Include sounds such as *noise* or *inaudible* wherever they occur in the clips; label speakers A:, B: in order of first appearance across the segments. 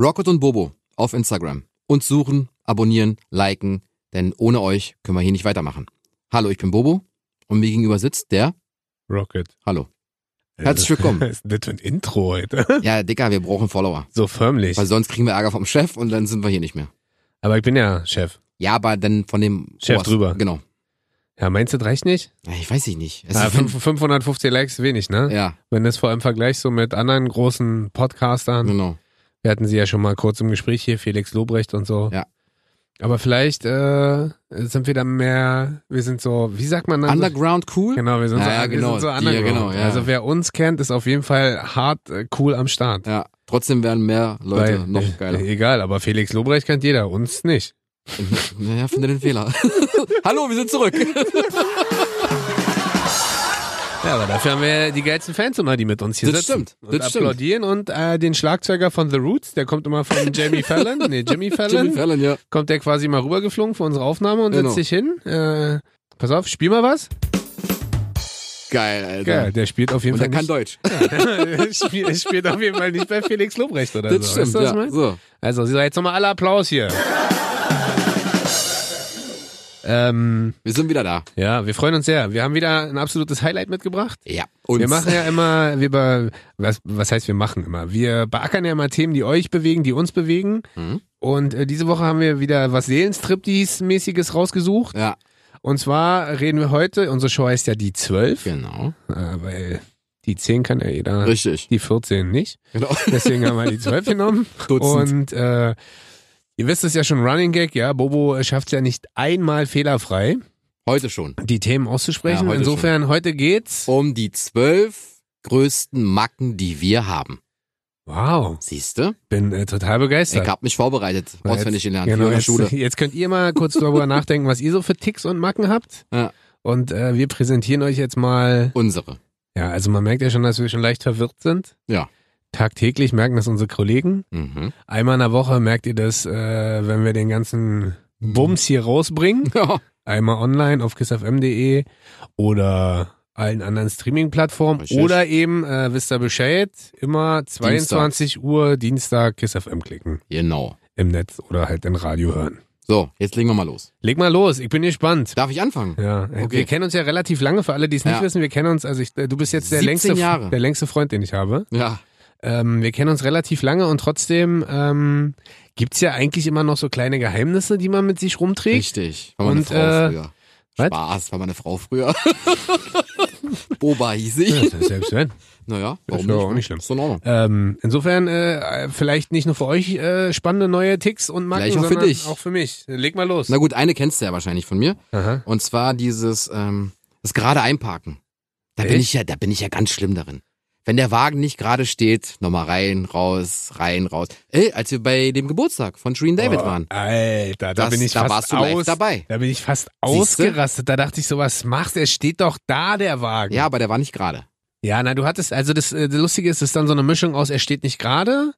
A: Rocket und Bobo auf Instagram. Uns suchen, abonnieren, liken, denn ohne euch können wir hier nicht weitermachen. Hallo, ich bin Bobo und mir gegenüber sitzt der
B: Rocket.
A: Hallo. Herzlich *laughs* willkommen.
B: Das ist das für ein Intro heute?
A: *laughs* Ja, Dicker, wir brauchen Follower.
B: So förmlich.
A: Weil sonst kriegen wir Ärger vom Chef und dann sind wir hier nicht mehr.
B: Also, Aber ich bin ja Chef.
A: Ja, aber dann von dem
B: Chef drüber.
A: Genau.
B: Ja, meinst du, das reicht nicht?
A: Ja, Ich weiß ich nicht. Es
B: Ja,
A: ist-
B: fünf- 550 Likes, wenig, ne?
A: *laughs* ja,
B: Wenn das vor allem vergleichst so mit anderen großen Podcastern.
A: genau.
B: Wir hatten sie ja schon mal kurz im Gespräch hier, Felix Lobrecht und so.
A: Ja.
B: Aber vielleicht äh, sind wir dann mehr, wir sind so, wie sagt man dann? so?
A: Underground cool?
B: Also, Genau, wir sind
A: Ja,
B: so,
A: ja,
B: wir
A: genau,
B: sind so
A: die-
B: underground.
A: genau, ja.
B: Also wer uns kennt, ist auf jeden Fall hart äh, cool am Start.
A: Ja, trotzdem werden mehr Leute
B: Weil-
A: noch
B: *laughs*
A: geiler.
B: Egal, aber Felix Lobrecht kennt jeder, uns nicht.
A: naja, finde den Fehler. *laughs* Hallo, wir sind zurück.
B: Ja, aber dafür haben wir die geilsten Fans immer, die mit uns hier
A: Das
B: sitzen.
A: stimmt,
B: Und
A: das stimmt.
B: applaudieren und äh, den Schlagzeuger von The Roots, der kommt immer von
A: *laughs*
B: Jamie Fallon, nee, Jimmy Fallon,
A: Jimmy Fallon, ja.
B: kommt der quasi mal rübergeflogen für unsere Aufnahme und
A: Genau.
B: setzt sich hin. Äh, pass auf, spiel mal was.
A: Geil, Alter.
B: Geil, der spielt auf jeden
A: Und der kann
B: Fall
A: Deutsch.
B: *laughs* nicht, spielt, spielt auf jeden Fall nicht bei Felix Lobrecht oder
A: *laughs* Das
B: so.
A: stimmt,
B: Also, weißt du, was ich
A: ja.
B: meine?
A: So.
B: Also, so, jetzt nochmal alle Applaus hier. ähm,
A: Wir sind wieder da.
B: ja, wir freuen uns sehr. Wir haben wieder ein absolutes Highlight mitgebracht.
A: Ja. Und
B: Wir machen ja immer, wir be, was, was heißt wir machen immer? Wir beackern ja immer Themen, die euch bewegen, die uns bewegen.
A: Mhm.
B: Und äh, diese Woche haben wir wieder was Seelenstriptease-mäßiges rausgesucht.
A: Ja,
B: Und zwar reden wir heute, unsere Show heißt ja die 12,
A: genau.
B: äh, weil die 10 kann ja jeder,
A: Richtig.
B: die 14 nicht. *laughs*
A: Genau.
B: Deswegen haben wir
A: *laughs*
B: die 12 genommen.
A: Dutzend.
B: Und äh, ihr wisst es ja schon, Running Gag, ja, Bobo schafft es ja nicht einmal fehlerfrei,
A: Heute schon.
B: die Themen auszusprechen.
A: Ja, heute
B: Insofern, heute geht's.
A: Um die zwölf größten Macken, die wir haben.
B: Wow,
A: Siehste?
B: bin äh, total begeistert.
A: Ich habe mich vorbereitet,
B: Na,
A: auswendig
B: jetzt-
A: gelernt,
B: Genau,
A: hier in der
B: jetzt, *laughs*
A: Schule.
B: jetzt könnt ihr mal kurz
A: *laughs*
B: darüber nachdenken, was ihr so für Ticks und Macken habt.
A: Ja.
B: Und äh, wir präsentieren euch jetzt mal.
A: Unsere.
B: Ja, also man merkt ja schon, dass wir schon leicht verwirrt sind.
A: Ja.
B: Tagtäglich merken das unsere Kollegen.
A: Mhm.
B: Einmal in der Woche merkt ihr das, äh, wenn wir den ganzen
A: Hm.
B: Bums hier rausbringen.
A: Ja.
B: Einmal online auf kissfm.de oder allen anderen Streaming-Plattformen.
A: Richtig.
B: Oder eben, äh, wisst ihr Bescheid, immer 22 Uhr Dienstag KissFM klicken
A: Genau.
B: im Netz oder halt im Radio hören.
A: So, jetzt legen wir mal los.
B: Leg mal los, ich bin gespannt.
A: Darf ich anfangen?
B: Ja,
A: Okay.
B: wir kennen uns ja relativ lange, für alle, die es nicht
A: Ja.
B: wissen, wir kennen uns, also ich, du bist jetzt der
A: 17
B: längste,
A: Jahre.
B: der längste Freund, den ich habe.
A: Ja.
B: Ähm, wir kennen uns relativ lange und trotzdem ähm, gibt's ja eigentlich immer noch so kleine Geheimnisse, die man mit sich rumträgt.
A: Richtig. War meine
B: Und,
A: Frau
B: äh,
A: früher.
B: was?
A: Spaß, war meine Frau früher. *laughs* Boba hieß ich.
B: Ja, selbst wenn.
A: Naja,
B: Ist
A: warum
B: ja
A: nicht?
B: auch
A: ne?
B: nicht schlimm.
A: Ist doch in Ordnung.
B: *laughs* Ähm, insofern äh, vielleicht nicht nur für euch äh, spannende neue Ticks und Macken,
A: Vielleicht auch für
B: sondern
A: dich.
B: auch für mich. Leg mal los.
A: Na gut, eine kennst du ja wahrscheinlich von mir.
B: Aha.
A: Und zwar dieses, ähm, das gerade einparken. Da bin
B: Echt?
A: ich ja, da bin ich ja ganz schlimm darin. Wenn der Wagen nicht gerade steht, nochmal rein, raus, rein, raus. Ey, als wir bei dem Geburtstag von Shereen David
B: Oh,
A: waren.
B: Alter, da
A: Das-
B: bin ich
A: da
B: fast
A: warst du live
B: aus,
A: dabei.
B: Da bin ich fast
A: Siehste?
B: ausgerastet. Da dachte ich so, was machst du? Er steht doch da, der Wagen.
A: Ja, aber der war nicht gerade.
B: Ja, na, du hattest, also das, äh, das Lustige ist, es ist dann so eine Mischung aus, er steht nicht gerade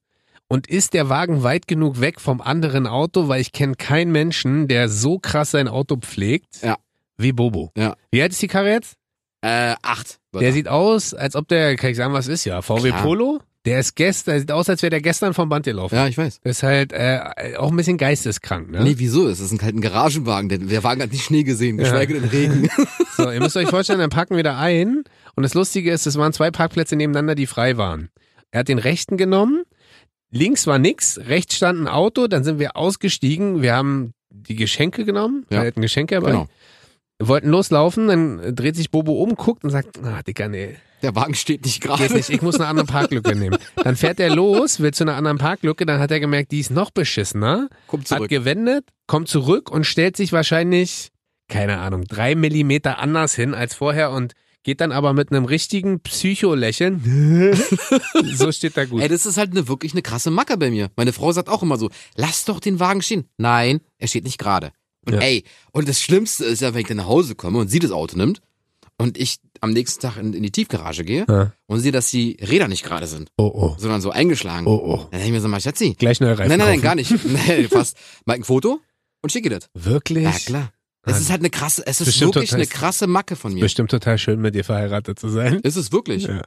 B: und ist der Wagen weit genug weg vom anderen Auto, weil ich kenne keinen Menschen, der so krass sein Auto pflegt
A: Ja.
B: wie Bobo.
A: Ja.
B: Wie alt ist die Karre jetzt?
A: Äh, acht. wird
B: Der
A: er.
B: sieht aus, als ob der, kann ich sagen, was ist ja, VW
A: Klar.
B: Polo? Der ist gestern, der sieht aus, als wäre der gestern vom Band gelaufen.
A: ja, ich weiß.
B: Das ist halt äh, auch ein bisschen geisteskrank, ne?
A: Nee, wieso? Es ist ein- halt ein Garagenwagen, denn der Wagen hat nicht Schnee gesehen, geschweige denn
B: *laughs*
A: Regen.
B: So, ihr müsst euch vorstellen, dann packen wir da ein. Und das Lustige ist, es waren zwei Parkplätze nebeneinander, die frei waren. Er hat den rechten genommen. Links war nix, rechts stand ein Auto, dann sind wir ausgestiegen, wir haben die Geschenke genommen,
A: Ja.
B: wir hatten Geschenke dabei,
A: genau.
B: wollten loslaufen, dann dreht sich Bobo um, guckt und sagt, ah, Dicker, nee,
A: Der Wagen steht nicht
B: geht
A: gerade.
B: nicht, ich muss eine andere Parklücke nehmen. Dann fährt er los, will zu einer anderen Parklücke, dann hat er gemerkt, die ist noch beschissener,
A: Kommt
B: hat
A: zurück.
B: gewendet, kommt zurück und stellt sich wahrscheinlich, keine Ahnung, drei Millimeter anders hin als vorher und geht dann aber mit einem richtigen
A: *laughs*
B: Psycho-Lächeln. so steht da gut.
A: Ey, das ist halt eine, wirklich eine krasse Macke bei mir. Meine Frau sagt auch immer so, lass doch den Wagen stehen. Nein, er steht nicht gerade. Und
B: Ja.
A: ey, und das Schlimmste ist ja, wenn ich dann nach Hause komme und sie das Auto nimmt und ich am nächsten Tag in, in die Tiefgarage gehe
B: Ja.
A: und sehe, dass die Räder nicht gerade sind,
B: Oh, oh,
A: sondern so eingeschlagen.
B: oh, oh.
A: Dann denke ich mir so, mal Schatzi.
B: Gleich neue Reifen
A: Nein, nein, nein,
B: kaufen.
A: gar nicht.
B: *laughs*
A: Nee, fast. Mach ein Foto und schicke dir das.
B: Wirklich?
A: Ja, klar. Es ist halt eine krasse, es ist
B: Bestimmt
A: wirklich
B: total-
A: eine krasse Macke von mir.
B: Bestimmt total schön, mit dir verheiratet zu sein.
A: Ist es wirklich?
B: Ja.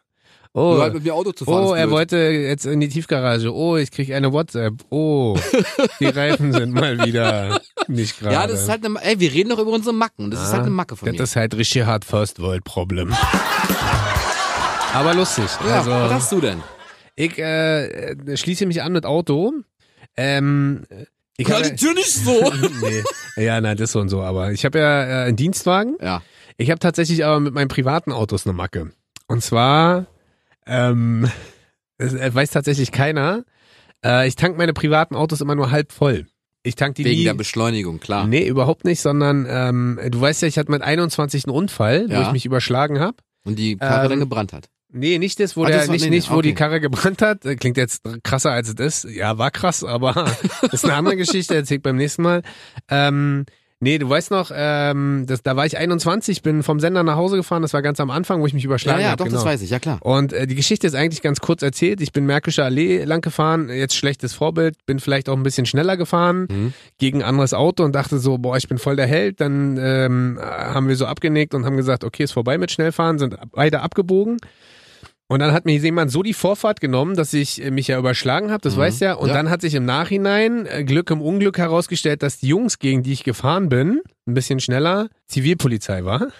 B: Oh,
A: Nur halt mit mir Auto zu fahren.
B: oh
A: ist
B: er
A: blöd.
B: wollte jetzt in die Tiefgarage. Oh, ich krieg eine WhatsApp. Oh,
A: *laughs*
B: die Reifen sind mal wieder nicht gerade.
A: Ja, das ist halt eine. Ey, wir reden doch über unsere Macken. Das ist
B: Ah,
A: halt eine Macke von
B: Das
A: mir.
B: ist halt richtig hart First World
A: *laughs*
B: Problem. Aber lustig.
A: Ja,
B: also,
A: was hast du denn?
B: ich äh, äh, schließe mich an mit Auto. Ähm, ich hab ja-
A: Tür nicht so.
B: *laughs* nee. Ja, nein, das so und so, aber ich habe ja äh, einen Dienstwagen.
A: *laughs* Ja.
B: Ich habe tatsächlich aber mit meinen privaten Autos eine Macke. Und zwar, ähm, das äh, weiß tatsächlich keiner, äh, ich tank meine privaten Autos immer nur halb voll. Ich tank die
A: Wegen
B: nie,
A: der Beschleunigung, klar.
B: Nee, überhaupt nicht, sondern ähm, du weißt ja, ich hatte mit 21 einen Unfall, wo
A: Ja.
B: ich mich überschlagen habe.
A: Und die Karre
B: Ähm,
A: dann gebrannt hat.
B: Nee, nicht das, wo
A: Ach,
B: der,
A: Ah, das war-
B: nicht,
A: nee, nee,
B: nicht, wo die
A: okay.
B: Karre gebrannt hat. Äh, Klingt jetzt krasser als es ist. Ja, war
A: *laughs*
B: krass, aber ist eine andere Geschichte, erzähl ich beim nächsten Mal. Ähm, nee, du weißt noch, ähm, das, da war ich 21, bin vom Sender nach Hause gefahren, das war ganz am Anfang, wo ich mich
A: Ja,
B: überschlagen
A: ja,
B: habe.
A: doch,
B: genau.
A: das weiß ich, ja klar.
B: Und äh, die Geschichte ist eigentlich ganz kurz erzählt. Ich bin Märkische Allee lang gefahren, jetzt schlechtes Vorbild, bin vielleicht auch ein bisschen schneller gefahren
A: Mhm.
B: gegen ein anderes Auto und dachte so, boah, ich bin voll der Held. Dann ähm, äh, haben wir so abgenickt und haben gesagt, okay, ist vorbei mit Schnellfahren, sind ab- beide abgebogen. Und dann hat mir jemand so die Vorfahrt genommen, dass ich äh, mich ja überschlagen habe, das
A: Mhm.
B: weißt du ja. Und
A: Ja.
B: dann hat sich im Nachhinein äh, Glück im Unglück herausgestellt, dass die Jungs, gegen die ich gefahren bin, ein bisschen schneller, Zivilpolizei war,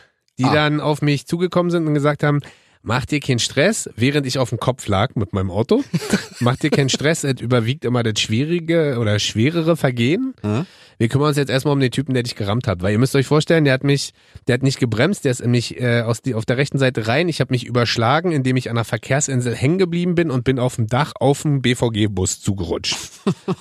B: die
A: Ah.
B: dann auf mich zugekommen sind und gesagt haben, mach dir keinen Stress, während ich auf dem Kopf lag mit meinem Auto. *laughs* mach dir keinen Stress, es überwiegt immer das schwierige oder schwerere Vergehen.
A: Ja.
B: Wir kümmern uns jetzt erstmal um den Typen, der dich gerammt hat, weil ihr müsst euch vorstellen, der hat mich, der hat nicht gebremst, der ist in mich äh, aus die, auf der rechten Seite rein. Ich habe mich überschlagen, indem ich an der Verkehrsinsel hängen geblieben bin und bin auf dem Dach auf dem BVG-Bus zugerutscht.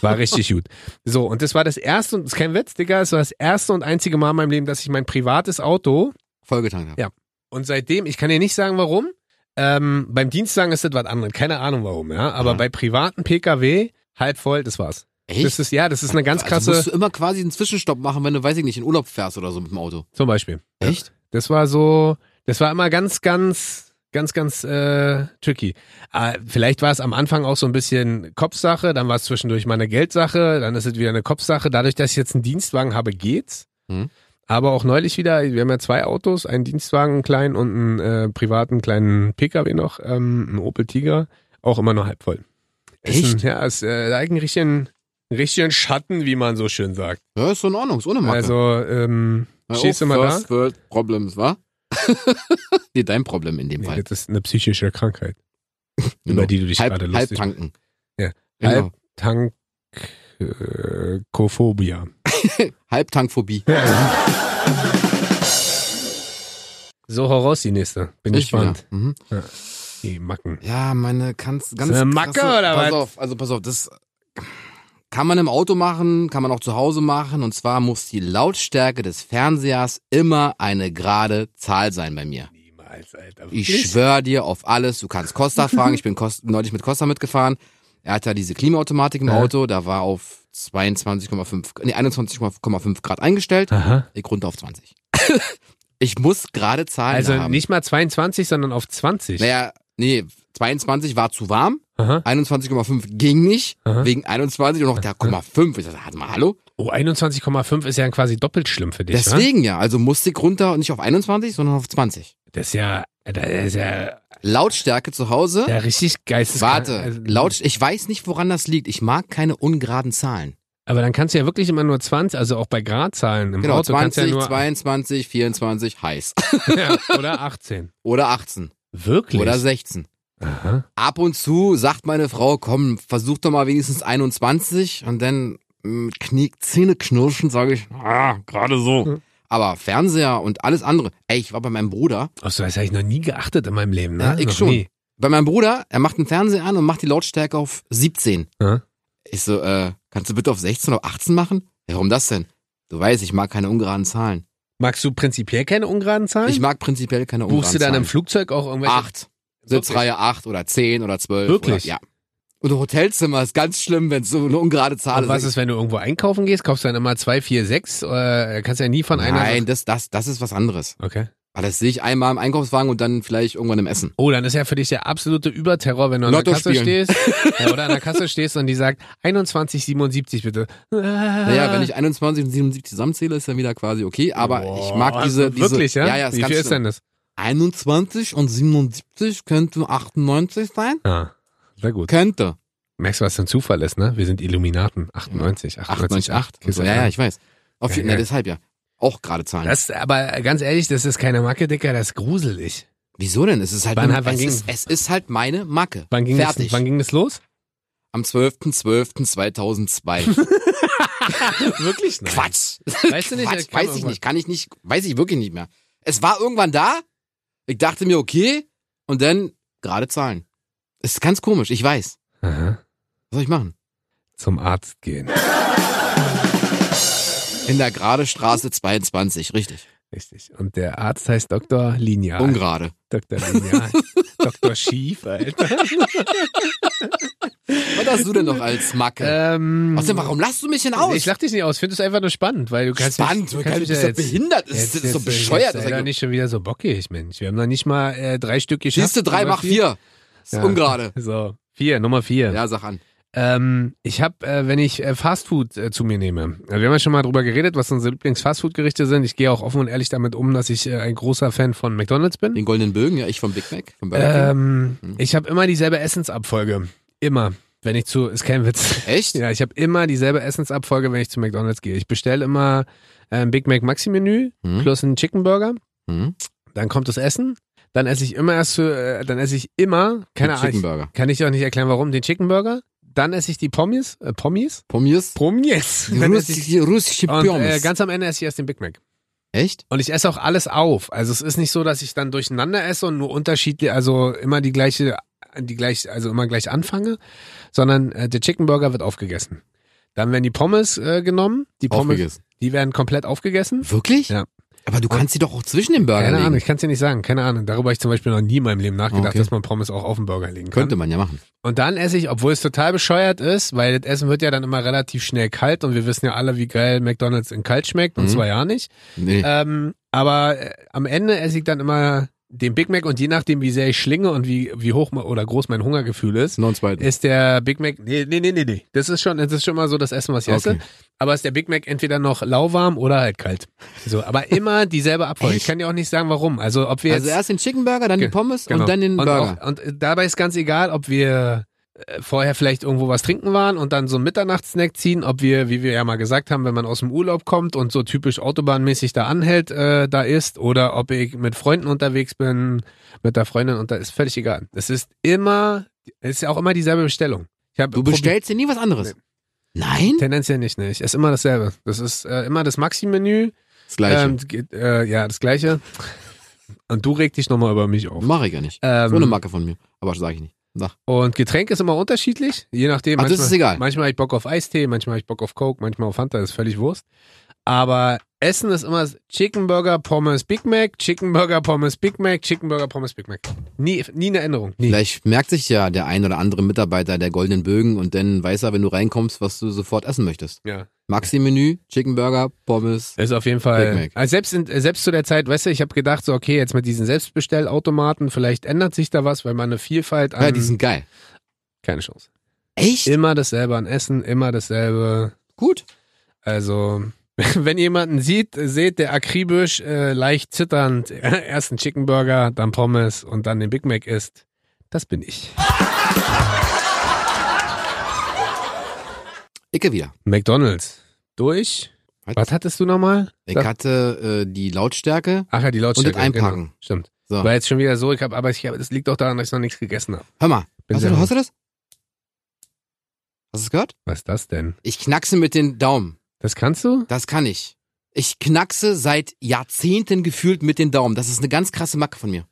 B: War richtig gut. So, und das war das erste, und das ist kein Witz, Digga, das war das erste und einzige Mal in meinem Leben, dass ich mein privates Auto
A: Vollgetankt habe.
B: Ja. und seitdem, ich kann dir nicht sagen, warum. Ähm, beim Dienstwagen ist das was anderes. Keine Ahnung warum, ja. Aber
A: Mhm.
B: bei privaten Pkw, halb voll, das war's. Das
A: Echt?
B: ist, ja, das ist eine ganz
A: Also
B: krasse.
A: musst du immer quasi einen Zwischenstopp machen, wenn du, weiß ich nicht, in Urlaub fährst oder so mit dem Auto.
B: zum Beispiel.
A: Echt?
B: Das war so, das war immer ganz, ganz, ganz, ganz äh, tricky. Äh, vielleicht war es am Anfang auch so ein bisschen Kopfsache, dann war es zwischendurch mal eine Geldsache, dann ist es wieder eine Kopfsache. Dadurch, dass ich jetzt einen Dienstwagen habe, geht's.
A: Mhm.
B: Aber auch neulich wieder, wir haben ja zwei Autos, einen Dienstwagen, einen kleinen und einen äh, privaten kleinen Pkw noch, ähm, einen Opel Tiger, auch immer nur halb voll. Ist ein,
A: Echt?
B: ja, ist äh, eigentlich ein richtigen, richtigen Schatten, wie man so schön sagt.
A: Ja, ist so in Ordnung, ist ohne Macke.
B: Also, ähm,
A: Ja, oh,
B: stehst du immer da?
A: First World Problems, wa? *laughs* nee, dein Problem in dem
B: Nee,
A: Fall.
B: das ist eine psychische
A: *laughs*
B: Krankheit. über die du dich
A: halb,
B: gerade
A: halb
B: lustig
A: tanken.
B: Ja.
A: Genau.
B: Tankophobia.
A: Halb Tankphobie.
B: so, hau raus die nächste. Bin
A: Ich wieder.
B: gespannt.
A: Mhm.
B: Die Macken.
A: Ja, meine ganz, ganz
B: eine Macke
A: krasse,
B: oder
A: pass
B: was?
A: auf, also pass auf, das kann man im Auto machen, kann man auch zu Hause machen und zwar muss die Lautstärke des Fernsehers immer eine gerade Zahl sein bei mir.
B: Niemals, Alter.
A: Ich schwör dir auf alles, du kannst Costa
B: *laughs*
A: fragen, ich bin Costa, neulich mit Costa mitgefahren. Er hat ja diese Klimaautomatik im
B: Ja.
A: Auto, da war auf 22,5 nee 21,5 Grad eingestellt,
B: Aha.
A: ich runter auf 20. *laughs* ich muss gerade Zahlen
B: Also
A: haben.
B: nicht mal 22, sondern auf 20.
A: naja, nee, 22 war zu warm.
B: Aha.
A: 21,5 ging nicht,
B: Aha.
A: wegen 21 und noch der 0,5. Ich dachte, halt mal, hallo?
B: Oh, 21,5 ist ja quasi doppelt schlimm für dich, wa?
A: Deswegen ja, also musste ich runter und nicht auf 21, sondern auf 20.
B: Das ist ja, das ist ja,
A: Lautstärke zu Hause,
B: ja richtig geisteskrank.
A: warte,
B: Also-
A: Laut, ich weiß nicht, woran das liegt. Ich mag keine ungeraden Zahlen.
B: Aber dann kannst du ja wirklich immer nur 20, also auch bei Gradzahlen im
A: Genau,
B: Auto kannst du
A: 20,
B: ja nur
A: 22, 24, heiß. *laughs*
B: *laughs* ja, oder 18.
A: Oder 18
B: Wirklich?
A: oder 16.
B: Aha.
A: Ab und zu sagt meine Frau, komm, versuch doch mal wenigstens 21 und dann mh, Knie, Zähne knirschen, sage ich, ah, gerade so.
B: Mhm.
A: Aber Fernseher und alles andere. Ey, ich war bei meinem Bruder,
B: Auf sowas habe ich noch nie geachtet in meinem Leben, ne?
A: Ja, ich
B: noch
A: schon.
B: Nie.
A: Bei meinem Bruder, er macht den Fernseher an und macht die Lautstärke auf 17.
B: Ja.
A: Ich so, äh, kannst du bitte auf 16 oder 18 machen? Ja, warum das denn? Du weißt, ich mag keine ungeraden Zahlen.
B: Magst du prinzipiell keine ungeraden Zahlen?
A: Ich mag prinzipiell keine ungeraden
B: Buchst du dann
A: Zahlen.
B: im Flugzeug auch irgendwelche?
A: 8. Sitzreihe 8 oder 10 oder 12.
B: Wirklich?
A: Oder, ja. Und im Hotelzimmer ist ganz schlimm, wenn es so eine ungerade Zahl
B: Und was ist, wenn du irgendwo einkaufen gehst? Kaufst du dann immer zwei, vier, sechs? Äh, kannst ja nie von einer.
A: Nein, das, das, das ist was anderes.
B: Okay.
A: Weil das sehe ich einmal im Einkaufswagen und dann vielleicht irgendwann im Essen.
B: Oh, dann ist ja für dich der absolute Überterror, wenn du an
A: Lotto
B: der Kasse
A: spielen. *laughs*
B: stehst. ja, oder an der Kasse stehst und die sagt 21,77 bitte. Ah.
A: Naja, wenn ich 21 und 77 zusammenzähle, ist dann wieder quasi okay. Aber ich mag diese, diese
B: also Wirklich, ja?
A: Ja, ja, ist
B: Wie
A: ganz
B: viel
A: schlimm.
B: ist denn das?
A: 21 und 77 könnte 98 sein.
B: Ah, sehr gut.
A: Könnte.
B: Merkst du, was für ein Zufall ist, ne? Wir sind Illuminaten. 98, 98,
A: 98, 8. Und so. Ja, ja, ich weiß. Auf jeden Fall, deshalb ja. Auch gerade Zahlen.
B: Das, aber ganz ehrlich, das ist keine Macke, Dicker, das ist gruselig.
A: Wieso denn? Es ist halt,
B: Wann
A: nur-
B: hat- wann
A: es,
B: ging-
A: ist, es ist halt meine Macke.
B: Wann ging, das,
A: Fertig.
B: wann ging
A: *laughs*
B: das los?
A: Am
B: *laughs*
A: 12.12.2002.
B: Wirklich? Nein.
A: Quatsch.
B: Weißt du nicht,
A: Quatsch,
B: da kam
A: weiß ich
B: irgendwas.
A: nicht, kann ich nicht, weiß ich wirklich nicht mehr. Es war irgendwann da, ich dachte mir, okay, und dann gerade Zahlen. Ist ganz komisch, ich weiß.
B: Aha.
A: Was soll ich machen?
B: Zum Arzt gehen.
A: In der gerade Straße 22, richtig.
B: Richtig. Und der Arzt heißt Dr. Lineal.
A: Ungerade.
B: Dr.
A: *laughs*
B: Lineal. Dr. Schief, Alter.
A: Was hast du denn noch als Macke?
B: Ähm,
A: Außerdem, warum lachst du mich denn aus?
B: Ich lach dich nicht aus. Ich finde es einfach nur spannend, weil du kannst.
A: Spannend,
B: du
A: du kannst
B: kannst
A: bist
B: mich ja
A: doch
B: jetzt-
A: behindert, ist das ist so bescheuert.
B: Jetzt
A: Das
B: sei doch
A: ist
B: nicht schon wieder so bockig, Mensch. Wir haben noch nicht mal äh, drei Stück geschafft.
A: Siehst du, drei
B: Nummer
A: mach vier. Ist
B: Ja.
A: ungerade.
B: So, vier, Nummer vier.
A: Ja, sag an.
B: Ähm, ich habe, äh, wenn ich äh, Fastfood äh, zu mir nehme, äh, wir haben ja schon mal drüber geredet, was unsere Lieblings-Fastfood-Gerichte sind. Ich gehe auch offen und ehrlich damit um, dass ich äh, ein großer Fan von McDonalds bin.
A: Den goldenen Bögen, ja, ich vom Big Mac, vom Burger King.
B: Ähm,
A: Hm.
B: ich habe immer dieselbe Essensabfolge. Immer. Wenn ich zu, ist kein Witz.
A: *laughs* Echt?
B: Ähm, Ja, ich habe immer dieselbe Essensabfolge, wenn ich zu McDonalds gehe. Ich bestelle immer ein Big Mac Maxi Menü
A: Hm?
B: plus einen Chicken Burger.
A: Hm?
B: Dann kommt das Essen. Dann esse ich immer erst, zu- äh, dann esse ich immer, keine
A: Den Chicken
B: Ahnung,
A: Burger.
B: ich- kann ich auch nicht erklären, warum, den Chicken Burger. Dann esse ich die Pommes, äh, Pommes?
A: Pommes?
B: Pommes. Dann esse ich,
A: Russische, russische
B: und äh,
A: Pommes.
B: ganz am Ende esse ich erst den Big Mac.
A: Echt?
B: Und ich esse auch alles auf. Also es ist nicht so, dass ich dann durcheinander esse und nur unterschiedlich, also immer die gleiche, die gleich, also immer gleich anfange, sondern äh, der Chicken Burger wird aufgegessen. Dann werden die Pommes äh, genommen, die Pommes,
A: Aufgegessen.
B: die werden komplett aufgegessen.
A: Wirklich?
B: Ja.
A: Aber du kannst sie doch auch zwischen den Burger
B: Keine
A: legen.
B: Ahnung, ich kann es dir nicht sagen, keine Ahnung. Darüber habe ich zum Beispiel noch nie in meinem Leben nachgedacht,
A: Okay.
B: dass man Pommes auch auf den Burger legen kann.
A: Könnte man ja machen.
B: Und dann esse ich, obwohl es total bescheuert ist, weil das Essen wird ja dann immer relativ schnell kalt und wir wissen ja alle, wie geil McDonalds in kalt schmeckt und
A: Mhm.
B: zwar ja nicht.
A: Nee.
B: *laughs* Ähm, aber äh, am Ende esse ich dann immer den Big Mac und je nachdem, wie sehr ich schlinge und wie, wie hoch ma- oder groß mein Hungergefühl ist,
A: Noch ein zweiten.
B: ist der Big Mac. Nee, nee, nee, nee, nee. Das ist schon, das ist schon mal so das Essen, was ich
A: Okay.
B: esse. Aber ist der Big Mac entweder noch lauwarm oder halt kalt. So, aber immer dieselbe Abfolge. Ich
A: Echt?
B: kann dir auch nicht sagen, warum. Also ob wir
A: Also
B: jetzt,
A: erst den Chicken Burger, dann die
B: Ge-
A: Pommes
B: genau.
A: und dann den Burger.
B: Auch, und äh, dabei ist ganz egal, ob wir äh, vorher vielleicht irgendwo was trinken waren und dann so einen Mitternachtssnack ziehen, ob wir, wie wir ja mal gesagt haben, wenn man aus dem Urlaub kommt und so typisch autobahnmäßig da anhält, äh, da ist, oder ob ich mit Freunden unterwegs bin, mit der Freundin und da ist völlig egal. Es ist immer, es ist ja auch immer dieselbe Bestellung. Ich hab
A: du
B: probiert-
A: bestellst dir nie was anderes. Nein?
B: Tendenziell nicht, ne. Ich esse immer dasselbe. Das ist äh, immer das Maxi-Menü.
A: Das gleiche.
B: Ähm, geht, äh, ja, das gleiche. Und du regst dich nochmal über mich auf.
A: Mache ich ja nicht.
B: Ähm,
A: so eine Macke von mir. Aber sage ich nicht. Sag.
B: Und Getränk ist immer unterschiedlich, je nachdem.
A: Ach, das ist egal.
B: Manchmal habe ich Bock auf Eistee, manchmal habe ich Bock auf Coke, manchmal auf Fanta, ist völlig Wurst. Aber Essen ist immer Chicken Burger, Pommes, Big Mac, Chicken Burger, Pommes, Big Mac, Chicken Burger, Pommes, Big Mac. Nie, nie eine Änderung. Nie.
A: Vielleicht merkt sich ja der ein oder andere Mitarbeiter der goldenen Bögen und dann weiß er, wenn du reinkommst, was du sofort essen möchtest.
B: Ja.
A: Maxi-Menü, Chicken Burger, Pommes.
B: Ist auf jeden Fall.
A: Big Mac.
B: Also selbst, in, selbst zu der Zeit, weißt du, ich habe gedacht, so, okay, jetzt mit diesen Selbstbestellautomaten, vielleicht ändert sich da was, weil man eine Vielfalt an.
A: Ja, die sind geil.
B: keine Chance.
A: Echt?
B: Immer dasselbe an Essen, immer dasselbe.
A: Gut.
B: Also, *laughs* wenn jemanden sieht, seht, der akribisch, äh, leicht zitternd äh, erst einen Chicken Burger, dann Pommes und dann den Big Mac isst, das bin ich.
A: Icke wieder.
B: McDonalds. Durch.
A: Was?
B: Was hattest du nochmal?
A: Ich
B: Sag-
A: hatte äh, die Lautstärke.
B: Ach ja, die Lautstärke.
A: Und das Einpacken.
B: Genau. Stimmt.
A: So.
B: War jetzt schon wieder so, ich hab, aber ich hab, das liegt auch daran, dass ich noch nichts gegessen habe.
A: Hör mal.
B: Bin
A: Hast
B: sehr
A: du,
B: hungrig.
A: hast du das? Hast du es gehört?
B: Was ist das denn?
A: Ich knackse mit den Daumen.
B: Das kannst du?
A: Das kann ich. Ich knackse seit Jahrzehnten gefühlt mit den Daumen. Das ist eine ganz krasse Macke von mir.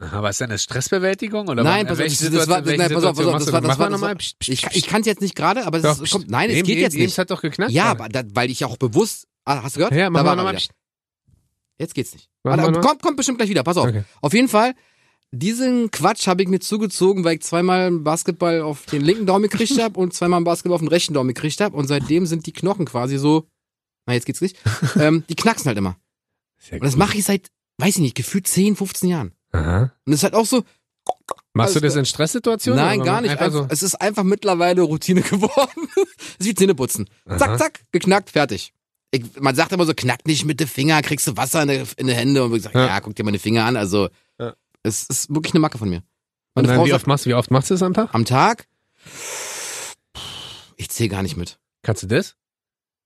B: Aha, was ist denn das? Stressbewältigung? Oder
A: Nein,
B: wa-
A: pass auf,
B: welche
A: das- das war-
B: Situation- welche
A: nein, pass auf,
B: Situation
A: pass auf,
B: machst du
A: das war-
B: Mach
A: das war-
B: mal nochmal.
A: Ich, kann- ich kann es jetzt nicht gerade, aber das
B: Doch,
A: ist, kommt, nein, es
B: eben,
A: geht
B: eben,
A: jetzt
B: eben,
A: nicht.
B: es hat doch geknackt.
A: Ja,
B: gerade.
A: aber da, weil ich auch bewusst. Ah, hast du gehört?
B: Ja, mach
A: da
B: mal
A: war er
B: nochmal.
A: wieder. Jetzt geht's nicht.
B: Mach mal
A: Warte,
B: noch-
A: kommt, kommt bestimmt gleich wieder. Pass auf.
B: Okay.
A: Auf jeden Fall, diesen Quatsch habe ich mir zugezogen, weil ich zweimal im Basketball auf den linken Daumen gekriegt habe und zweimal im Basketball auf den rechten Daumen gekriegt habe. Und seitdem sind die Knochen quasi so. Na, jetzt geht's
B: *laughs*
A: nicht. ähm, die knacksen halt immer.
B: Sehr
A: Und das
B: gut.
A: mache ich seit, weiß ich nicht, gefühlt 10, 15 Jahren.
B: Aha.
A: Und es ist halt auch so,
B: Machst du
A: Alles
B: das in Stresssituationen?
A: Also, nein,
B: oder
A: gar nicht. Also,
B: Einfach so.
A: Es ist einfach mittlerweile Routine *laughs* geworden. es ist wie Zähneputzen.
B: Aha.
A: Zack, zack, geknackt, fertig. Ich, man sagt immer so, knack nicht mit den Finger, kriegst du Wasser in die, in die Hände. Und ich sag,
B: Ja.
A: ja. guck dir meine Finger an. Also Es ist wirklich eine Macke von mir.
B: Und
A: Meine Frau
B: wie,
A: sagt,
B: oft machst, du- wie oft machst du das am Tag?
A: am Tag, ich zähle gar nicht mit.
B: Kannst du *laughs* das?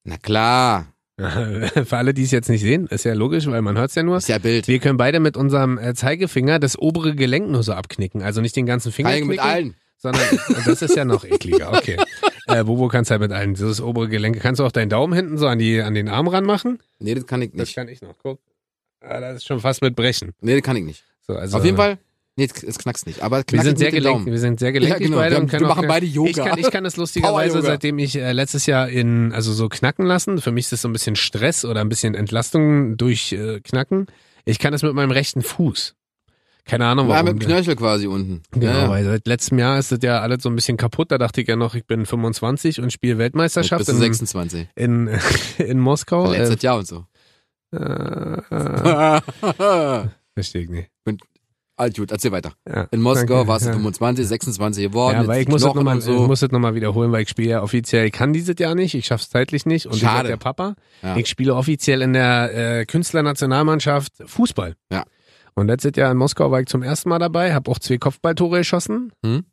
A: Na klar,
B: Für alle, die es jetzt nicht sehen, ist ja logisch, weil man hört es ja nur.
A: ist ja Bild.
B: Wir können beide mit unserem äh, Zeigefinger das obere Gelenk nur so abknicken. Also nicht den ganzen Finger
A: Eigen mit
B: knicken,
A: allen.
B: sondern das ist ja noch ekliger. Okay.
A: *laughs*
B: Äh, Bobo kannst halt mit allen. Dieses obere Gelenk. Kannst du auch deinen Daumen hinten so an, die, an den Arm ranmachen?
A: Nee, das kann ich
B: Das
A: nicht.
B: kann ich noch. Guck. Ah, das ist schon fast mit Brechen.
A: Nee, das kann ich nicht.
B: So, also,
A: Auf jeden Fall, nee, es- es knackst nicht. Aber
B: Wir
A: knackig
B: sind, sehr
A: mit den
B: gelenk,
A: Daumen.
B: wir sind sehr gelenkig
A: Ja, genau.
B: beide
A: Wir
B: und
A: haben-
B: können
A: wir
B: auch
A: machen beide Yoga.
B: Ich kann, ich kann das lustigerweise,
A: Power-Yoga.
B: seitdem ich äh, letztes Jahr in, also so knacken lassen, für mich ist das so ein bisschen Stress oder ein bisschen Entlastung durch äh, Knacken. Ich kann das mit meinem rechten Fuß. Keine Ahnung
A: Ja,
B: warum.
A: mit dem Knöchel quasi unten.
B: Genau,
A: ja.
B: weil seit letztem Jahr ist das ja alles so ein bisschen kaputt. Da dachte ich ja noch, ich bin 25 und spiele
A: Jetzt
B: Weltmeisterschaft
A: bist du
B: in,
A: 26.
B: in, *laughs* in Moskau. Äh,
A: Letztes Jahr und so.
B: äh, äh,
A: *laughs* Alt,
B: verstehe ich nicht.
A: gut, erzähl weiter.
B: Ja,
A: In Moskau
B: danke,
A: warst du
B: ja.
A: 25, 26 geworden.
B: Ja, weil
A: jetzt
B: ich
A: die
B: muss, das
A: Knochen
B: noch mal,
A: und so.
B: ich muss das nochmal wiederholen, weil ich spiele ja offiziell, ich kann dieses Jahr nicht, ich schaff's zeitlich nicht und ich
A: Schade.
B: der Papa.
A: Ja.
B: Ich spiele offiziell in der äh, Künstlernationalmannschaft Fußball.
A: Ja.
B: Und letztes Jahr in Moskau war ich zum ersten Mal dabei, habe auch zwei Kopfballtore geschossen.
A: Hm?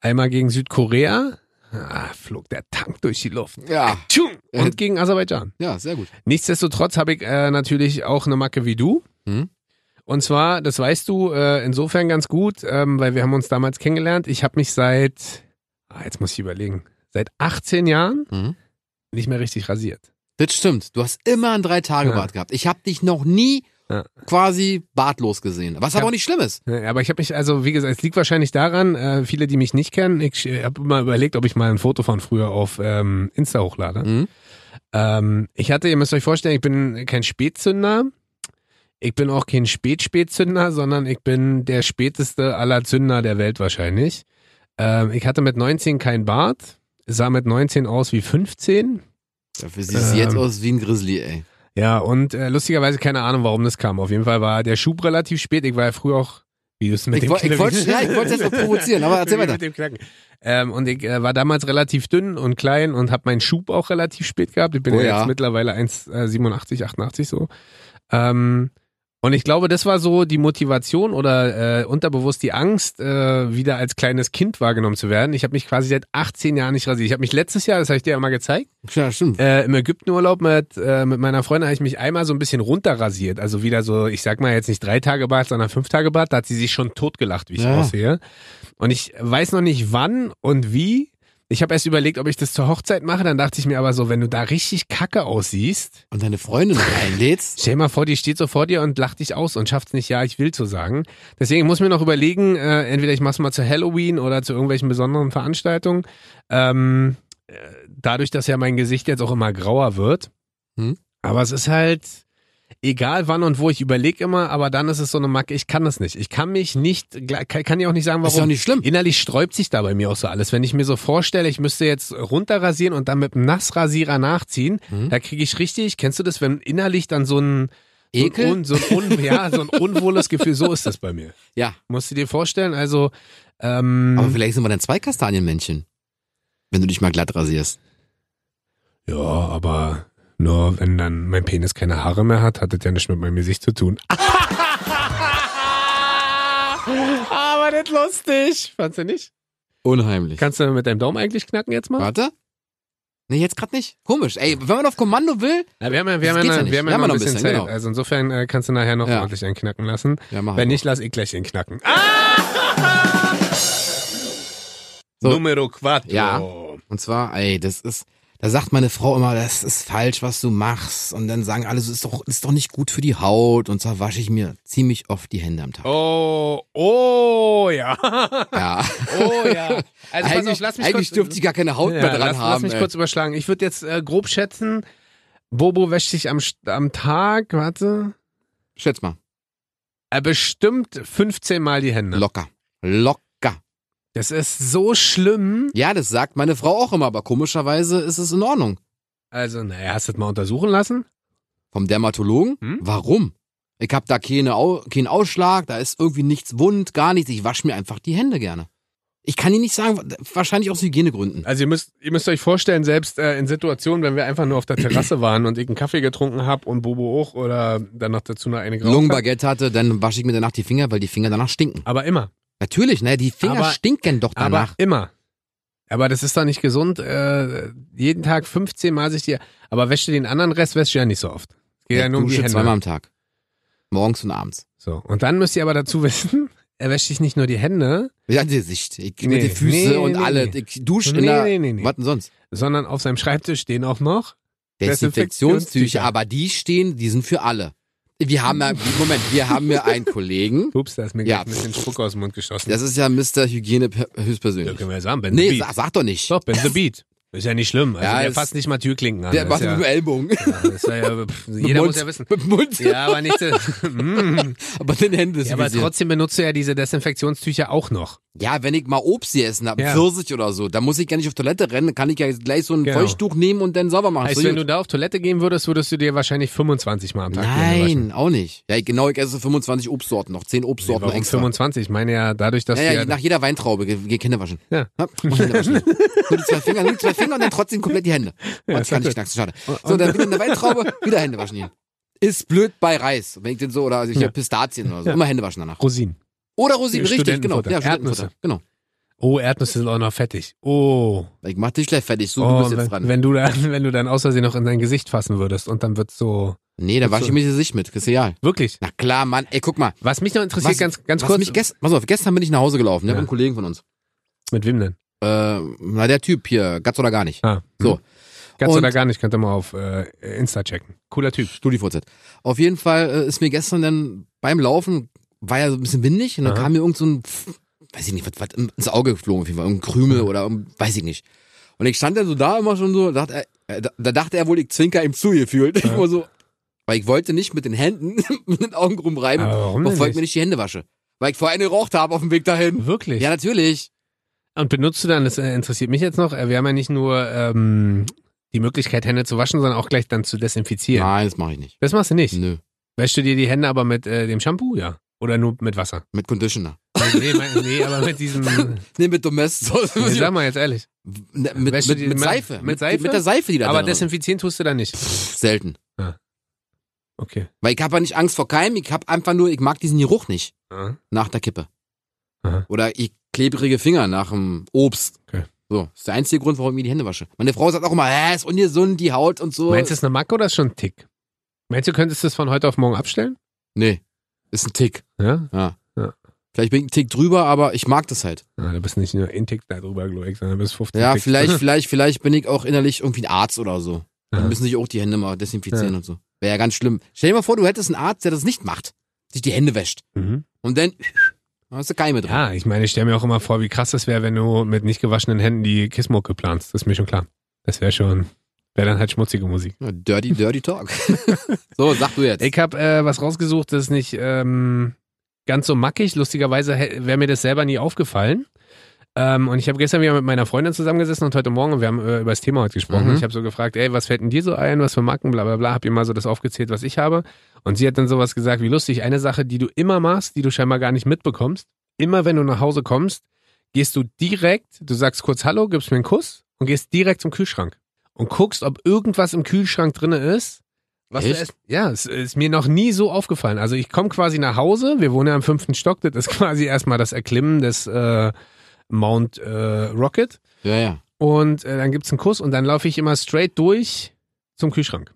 B: Einmal gegen Südkorea, ah, flog der Tank durch die Luft.
A: ja,
B: Tschung! Und
A: Äh.
B: gegen Aserbaidschan.
A: ja, sehr gut.
B: Nichtsdestotrotz habe ich äh, natürlich auch eine Macke wie du.
A: Hm?
B: Und zwar, das weißt du äh, insofern ganz gut, ähm, weil wir haben uns damals kennengelernt. Ich habe mich seit, ah, jetzt muss ich überlegen, seit 18 Jahren
A: Mhm.
B: nicht mehr richtig rasiert.
A: Das stimmt. Du hast immer einen drei Tage
B: Ja.
A: Bart gehabt. Ich habe dich noch nie
B: Ja.
A: quasi bartlos gesehen. Was aber
B: Ja.
A: auch nicht schlimm ist.
B: Ja, Aber ich habe mich, also wie gesagt, es liegt wahrscheinlich daran, äh, viele, die mich nicht kennen, ich habe immer überlegt, ob ich mal ein Foto von früher auf ähm, Insta hochlade.
A: Mhm.
B: Ähm, ich hatte, ihr müsst euch vorstellen, ich bin kein Spätzünder. Ich bin auch kein Spätspätzünder, sondern ich bin der späteste aller Zünder der Welt wahrscheinlich. Ähm, ich hatte mit 19 kein Bart, sah mit 19 aus wie 15.
A: Dafür siehst du jetzt
B: Ähm.
A: aus wie ein Grizzly, ey.
B: Ja, und äh, lustigerweise keine Ahnung, warum das kam. Auf jeden Fall war der Schub relativ spät. Ich war ja früher auch, wie du es mit
A: Ich
B: dem
A: woll- ich
B: Knacken-
A: wollt's- ja, ich wollt's jetzt noch
B: *laughs*
A: provozieren, aber erzähl
B: Wie
A: weiter.
B: Mit dem Knacken. Ähm, und ich äh, war damals relativ dünn und klein und habe meinen Schub auch relativ spät gehabt. Ich bin
A: Oh
B: ja
A: ja.
B: jetzt mittlerweile 1,87, 88 so. Ähm, und ich glaube, das war so die Motivation oder äh, unterbewusst die Angst, äh, wieder als kleines Kind wahrgenommen zu werden. Ich habe mich quasi seit 18 Jahren nicht rasiert. Ich habe mich letztes Jahr, das habe ich dir ja mal gezeigt,
A: Ja, stimmt.
B: äh, Im Ägyptenurlaub mit, äh, mit meiner Freundin habe ich mich einmal so ein bisschen runterrasiert. Also wieder so, ich sag mal jetzt nicht drei Tage Bart, sondern fünf Tage Bart. Da hat sie sich schon totgelacht, wie ich
A: Ja.
B: aussehe. Und ich weiß noch nicht wann und wie. Ich habe erst überlegt, ob ich das zur Hochzeit mache. Dann dachte ich mir aber so, wenn du da richtig kacke aussiehst,
A: Und deine Freundin noch einlädst.
B: *laughs* stell dir mal vor, die steht so vor dir und lacht dich aus und schafft es nicht, ja, ich will zu sagen. Deswegen ich muss mir noch überlegen, äh, entweder ich mach's mal zu Halloween oder zu irgendwelchen besonderen Veranstaltungen. Ähm, äh, dadurch, dass ja mein Gesicht jetzt auch immer grauer wird.
A: Hm.
B: Aber es ist halt egal wann und wo, ich überlege immer, aber dann ist es so eine Macke, ich kann das nicht. Ich kann mich nicht, gla- kann kann ja auch nicht sagen,
A: Ist ja auch
B: warum.
A: nicht schlimm.
B: Innerlich sträubt sich da bei mir auch so alles. Wenn ich mir so vorstelle, ich müsste jetzt runterrasieren und dann mit einem Nassrasierer nachziehen,
A: Mhm.
B: da kriege ich richtig, kennst du das, wenn innerlich dann so ein, so ein,
A: Ekel?
B: un, so, ein
A: *laughs*
B: un, ja, so ein unwohles Gefühl, so ist das bei mir.
A: Ja.
B: Musst du dir vorstellen, also ähm,
A: Aber vielleicht sind wir dann zwei Kastanienmännchen. Wenn du dich mal glatt rasierst.
B: ja, aber nur wenn dann mein Penis keine Haare mehr hat, hat das ja nichts mit meinem Gesicht zu tun. *laughs*
A: Ah,
B: aber das lustig. Fandst du nicht?
A: Unheimlich.
B: Kannst du mit deinem Daumen eigentlich knacken jetzt mal?
A: Warte. Nee, jetzt gerade nicht. Komisch. Ey, wenn man auf Kommando will.
B: Ja, wir haben ja, wir
A: Das
B: haben
A: geht
B: ja,
A: ja
B: noch-
A: nicht.
B: wir haben ja noch ein bisschen, Zeit.
A: genau.
B: Also insofern äh, kannst du nachher noch
A: Ja.
B: ordentlich einen knacken lassen.
A: Ja, mach
B: Wenn
A: halt.
B: nicht, lass ich gleich den
A: *laughs*
B: knacken. Ah!
A: So.
B: Numero quattro.
A: Ja. Und zwar, ey, das ist, da sagt meine Frau immer, das ist falsch, was du machst. Und dann sagen alle, so ist doch, ist doch nicht gut für die Haut. Und zwar wasche ich mir ziemlich oft die Hände am Tag.
B: Oh, *laughs* oh ja.
A: Ja.
B: Oh ja. Also pass auf,
A: eigentlich
B: lass mich
A: eigentlich
B: kurz,
A: dürfte ich gar keine Haut
B: ja,
A: mehr dran
B: lass,
A: haben.
B: lass mich
A: ey.
B: kurz überschlagen. Ich würde jetzt äh, grob schätzen, Bobo wäscht sich am, St- am Tag, warte,
A: Schätz mal.
B: äh, bestimmt 15 Mal die Hände.
A: Locker. Locker.
B: Das ist so schlimm.
A: Ja, das sagt meine Frau auch immer, aber komischerweise ist es in Ordnung.
B: Also, naja, hast du das mal untersuchen lassen?
A: Vom Dermatologen?
B: Hm?
A: Warum? Ich hab da keine Au keinen Ausschlag, da ist irgendwie nichts wund, gar nichts. Ich wasche mir einfach die Hände gerne. Ich kann dir nicht sagen, wahrscheinlich aus Hygienegründen.
B: Also ihr müsst, ihr müsst euch vorstellen, selbst äh, in Situationen, wenn wir einfach nur auf der Terrasse waren und ich einen Kaffee getrunken habe und Bobo auch oder dann noch dazu noch eine geraucht hab.
A: Lungenbaguette hatte, dann wasche ich mir danach die Finger, weil die Finger danach stinken.
B: Aber immer.
A: Natürlich, ne? Die Finger
B: Aber-
A: stinken doch danach.
B: Aber immer. Aber das ist doch nicht gesund. Äh, jeden Tag 15 Mal sich die. Aber wäscht ihr den anderen Rest, wäscht ihr ja nicht so oft. Es Geht ja, nur um die
A: Äh, dusche
B: Hände.
A: zweimal am Tag. Morgens und abends.
B: So. Und dann müsst ihr aber dazu *laughs* wissen, er wäscht sich nicht nur die Hände,
A: Ja, die Sicht. Ich,
B: Nee,
A: Mit den Füßen
B: nee,
A: und
B: nee,
A: alle.
B: nee.
A: Ich dusche
B: Nee,
A: in der.
B: nee, nee, nee.
A: Was denn sonst?
B: sondern auf seinem Schreibtisch stehen auch noch. Desinfektionstücher.
A: Desinfektionstücher, aber die stehen, die sind für alle. Wir haben ja, Moment, wir haben ja
B: *laughs*
A: einen Kollegen.
B: Ups, da ist mir
A: Ja.
B: gleich ein bisschen Spuck aus dem Mund geschossen.
A: Das ist ja Mr. Hygiene per-
B: Ja,
A: höchstpersönlich.
B: können wir ja sagen, Ben
A: Nee,
B: the
A: sa-
B: Beat.
A: sag doch nicht.
B: Doch, Ben the Beat. Ist ja nicht schlimm. Also
A: Ja,
B: der
A: ist-
B: fasst nicht mal Türklinken an.
A: Der
B: Das
A: macht
B: ist
A: mit
B: ja,
A: dem Ellbogen.
B: das ist
A: *laughs*
B: ja, pff,
A: Mit
B: jeder
A: Mund,
B: muss ja wissen.
A: Mit dem Mund,
B: Ja, aber *laughs* nicht. Mm.
A: aber den Händen ist
B: ja, aber
A: visiert.
B: trotzdem benutzt du ja diese Desinfektionstücher auch noch.
A: Ja, wenn ich mal Obst gegessen hab,
B: Ja.
A: Pfirsich oder so, dann muss ich gar nicht auf Toilette rennen, dann kann ich ja gleich so ein
B: Genau.
A: Feuchttuch nehmen und dann sauber machen.
B: Heißt,
A: so
B: wenn du
A: gut.
B: da auf Toilette gehen würdest, würdest du dir wahrscheinlich 25 Mal am Tag die Hände waschen.
A: Nein, auch nicht. Ja, ich- genau, ich esse 25 Obstsorten noch, 10
B: Nee,
A: Obstsorten
B: warum
A: extra.
B: 25? Ich meine ja, dadurch, dass
A: Naja,
B: wir...
A: nach jeder Weintraube ge- geht Hände waschen.
B: Ja.
A: Ja, und Hände
B: *laughs*
A: waschen. Nur die zwei Finger, nur die zwei Finger und dann trotzdem komplett die Hände. Und das kann ich knacksen, schade. So, dann wieder eine Weintraube, wieder Hände waschen hier. Ist blöd bei Reis, wenn ich den so, oder also ich
B: Ja.
A: hab Pistazien oder so,
B: Ja.
A: immer Hände waschen danach.
B: Rosinen.
A: Oder Rosinen, richtig, genau.
B: Studentenfutter.
A: Ja, Studentenfutter,
B: Erdnüsse.
A: genau.
B: Oh, Erdnüsse sind auch noch fettig. Oh.
A: Ich mach dich gleich fertig, so,
B: oh,
A: du bist jetzt
B: wenn,
A: dran.
B: Wenn du, dann, *laughs* wenn du dann aus Versehen noch in dein Gesicht fassen würdest und dann wird so...
A: Nee, da wasche
B: so-
A: ich mir die Sicht mit, ist egal.
B: Wirklich.
A: Na klar, Mann. Ey, guck mal.
B: Was mich noch interessiert,
A: Was-
B: ganz, ganz
A: was
B: kurz...
A: Mich gest pass auf, gestern bin ich nach Hause gelaufen, ne,
B: Ja.
A: mit einem Kollegen von uns.
B: mit wem denn?
A: Äh, na, der Typ hier, ganz oder gar nicht.
B: Ah,
A: So.
B: Ganz
A: Und-
B: oder gar nicht, könnt ihr mal auf äh, Insta checken. Cooler Typ.
A: StudiVZ. Auf jeden Fall äh, ist mir gestern dann beim Laufen, war ja so ein bisschen windig und dann
B: Aha.
A: kam mir irgend so ein, pff, weiß ich nicht, was, was ins Auge geflogen, auf jeden Fall, irgendein Krümel oder irgendein- weiß ich nicht. Und ich stand dann so da immer schon so, dachte, er, äh, da, da dachte er wohl, ich zwinker ihm zu gefühlt. *laughs* Ich war so, weil ich wollte nicht mit den Händen *laughs* mit den Augen rumreiben,
B: Aber warum denn
A: Ähm, bevor ich
B: nicht?
A: mir nicht die Hände wasche. Weil ich vorher eine geraucht habe auf dem Weg dahin.
B: Wirklich?
A: Ja, natürlich.
B: Und benutzt du dann, das äh, interessiert mich jetzt noch, äh, wir haben ja nicht nur ähm, die Möglichkeit, Hände zu waschen, sondern auch gleich dann zu desinfizieren.
A: Nein, das mache ich nicht.
B: Das machst du nicht.
A: Nö.
B: Wäschst du dir die Hände aber mit äh, dem Shampoo, ja? Oder nur mit Wasser?
A: Mit Conditioner.
B: nee, mein, nee, aber mit diesem.
A: Nee, mit Domestos.
B: Nee, sag mal jetzt ehrlich.
A: Ne, mit,
B: Wäscht du
A: mit,
B: die
A: mit
B: mit-
A: Seife.
B: mit Seife?
A: Mit der Seife, die da
B: Aber
A: drin ist.
B: desinfizieren tust du dann nicht.
A: Pff, selten.
B: Okay.
A: Weil ich habe ja nicht Angst vor Keim, ich habe einfach nur, ich mag diesen Geruch nicht
B: Ah.
A: nach der Kippe.
B: Aha.
A: Oder ich klebrige Finger nach dem Obst.
B: Okay.
A: So, ist der einzige Grund, warum ich mir die Hände wasche. Meine Frau sagt auch immer, äh, ist ungesund, die Haut und so.
B: Meinst du, das ist eine Macke oder ist schon ein Tick? Meinst du, könntest du das von heute auf morgen abstellen?
A: Nee, ist ein Tick.
B: Ja?
A: Vielleicht bin ich ein Tick drüber, aber ich mag das halt.
B: Ah, du bist nicht nur ein Tick da drüber, Gloex, sondern du bist 15
A: Ja,
B: Tick.
A: vielleicht,
B: *laughs*
A: vielleicht, vielleicht bin ich auch innerlich irgendwie ein Arzt oder so. Dann
B: Aha.
A: müssen sich auch die Hände mal desinfizieren
B: Ja.
A: und so. Wäre ja ganz schlimm. Stell dir mal vor, du hättest einen Arzt, der das nicht macht. Sich die Hände wäscht.
B: Mhm.
A: Und dann *laughs* hast du Keime drin.
B: Ja, ich meine, ich stelle mir auch immer vor, wie krass das wäre, wenn du mit nicht gewaschenen Händen die Kissmucke planst. Das ist mir schon klar. Das wäre schon, wäre dann halt schmutzige Musik.
A: Ja, Dirty, dirty
B: *laughs*
A: talk. so, sag du jetzt.
B: Ich habe äh, was rausgesucht, das ist nicht ähm, ganz so mackig. Lustigerweise wäre mir das selber nie aufgefallen. Ähm, und ich habe gestern wieder mit meiner Freundin zusammengesessen und heute Morgen, und wir haben äh, über das Thema heute gesprochen.
A: Mhm.
B: Und Ich habe so gefragt, ey, was fällt denn dir so ein, was für Macken, bla bla bla. Hab ihr mal so das aufgezählt, was ich habe. Und sie hat dann sowas gesagt, wie lustig, eine Sache, die du immer machst, die du scheinbar gar nicht mitbekommst. Immer wenn du nach Hause kommst, gehst du direkt, du sagst kurz Hallo, gibst mir einen Kuss und gehst direkt zum Kühlschrank und guckst, ob irgendwas im Kühlschrank drinne ist. Was du
A: Echt?
B: essen- Ja, es ist mir noch nie so aufgefallen. Also ich komme quasi nach Hause, wir wohnen ja im fünften Stock, das ist *laughs* quasi erstmal das Erklimmen des äh, Mount äh, Rocket.
A: Ja, ja.
B: Und äh, dann gibt's einen Kuss und dann laufe ich immer straight durch zum Kühlschrank.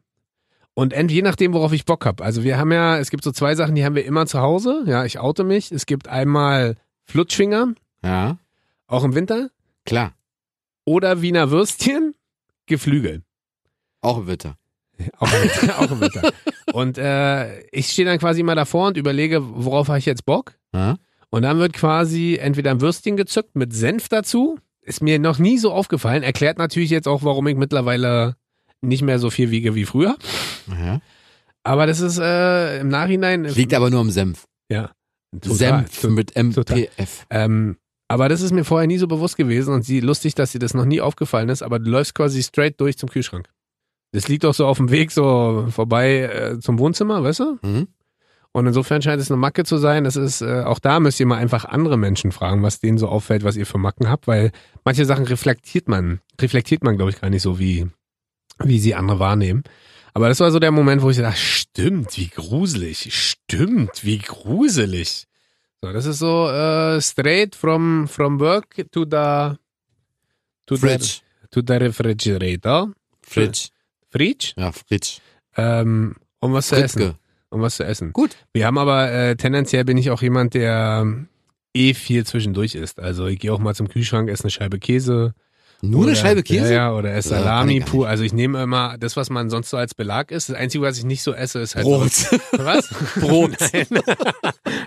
B: Und ent, je nachdem, worauf ich Bock hab. Also wir haben ja, es gibt so zwei Sachen, die haben wir immer zu Hause. Ja, ich oute mich. Es gibt einmal Flutschfinger,
A: Ja,
B: auch im Winter,
A: klar.
B: oder Wiener Würstchen, Geflügel.
A: Auch im Winter.
B: Auch
A: *laughs*
B: im Winter. auch im Winter. Und äh, ich stehe dann quasi immer davor und überlege, worauf habe ich jetzt Bock?
A: Ja?
B: Und dann wird quasi entweder ein Würstchen gezückt mit Senf dazu. Ist mir noch nie so aufgefallen. Erklärt natürlich jetzt auch, warum ich mittlerweile nicht mehr so viel wiege wie früher.
A: Ja.
B: Aber das ist äh, im Nachhinein.
A: Liegt aber nur am Senf.
B: ja.
A: Senf mit MPF.
B: Ähm, aber das ist mir vorher nie so bewusst gewesen und sie lustig, dass sie das noch nie aufgefallen ist, aber du läufst quasi straight durch zum Kühlschrank. Das liegt doch so auf dem Weg so vorbei äh, zum Wohnzimmer, weißt du?
A: Mhm.
B: Und Und insofern scheint es eine Macke zu sein. Das ist, äh, auch da müsst ihr mal einfach andere Menschen fragen, was denen so auffällt, was ihr für Macken habt, weil manche Sachen reflektiert man, reflektiert man, glaube ich, gar nicht so, wie, wie sie andere wahrnehmen. Aber das war so der Moment, wo ich dachte, stimmt, wie gruselig, stimmt, wie gruselig. So, das ist so äh, straight from, from work to the to
A: Fridge.
B: the to the refrigerator.
A: Fridge.
B: Fridge.
A: Ja, Fridge.
B: Ähm, um was zu essen.
A: Fritke.
B: Um was zu essen.
A: Gut.
B: Wir haben aber äh, tendenziell bin ich auch jemand, der ähm, eh viel zwischendurch isst. Also ich gehe auch mal zum Kühlschrank, esse eine Scheibe Käse.
A: Nur
B: oder,
A: eine Scheibe Käse?
B: Ja, ja oder esse
A: Ja, kann
B: Salami
A: ich gar
B: pur. Also ich nehme immer das, was man sonst so als Belag isst. Das Einzige, was ich nicht so esse, ist halt *laughs*
A: Brot.
B: So, was?
A: *laughs* Brot.
B: Nein. *laughs*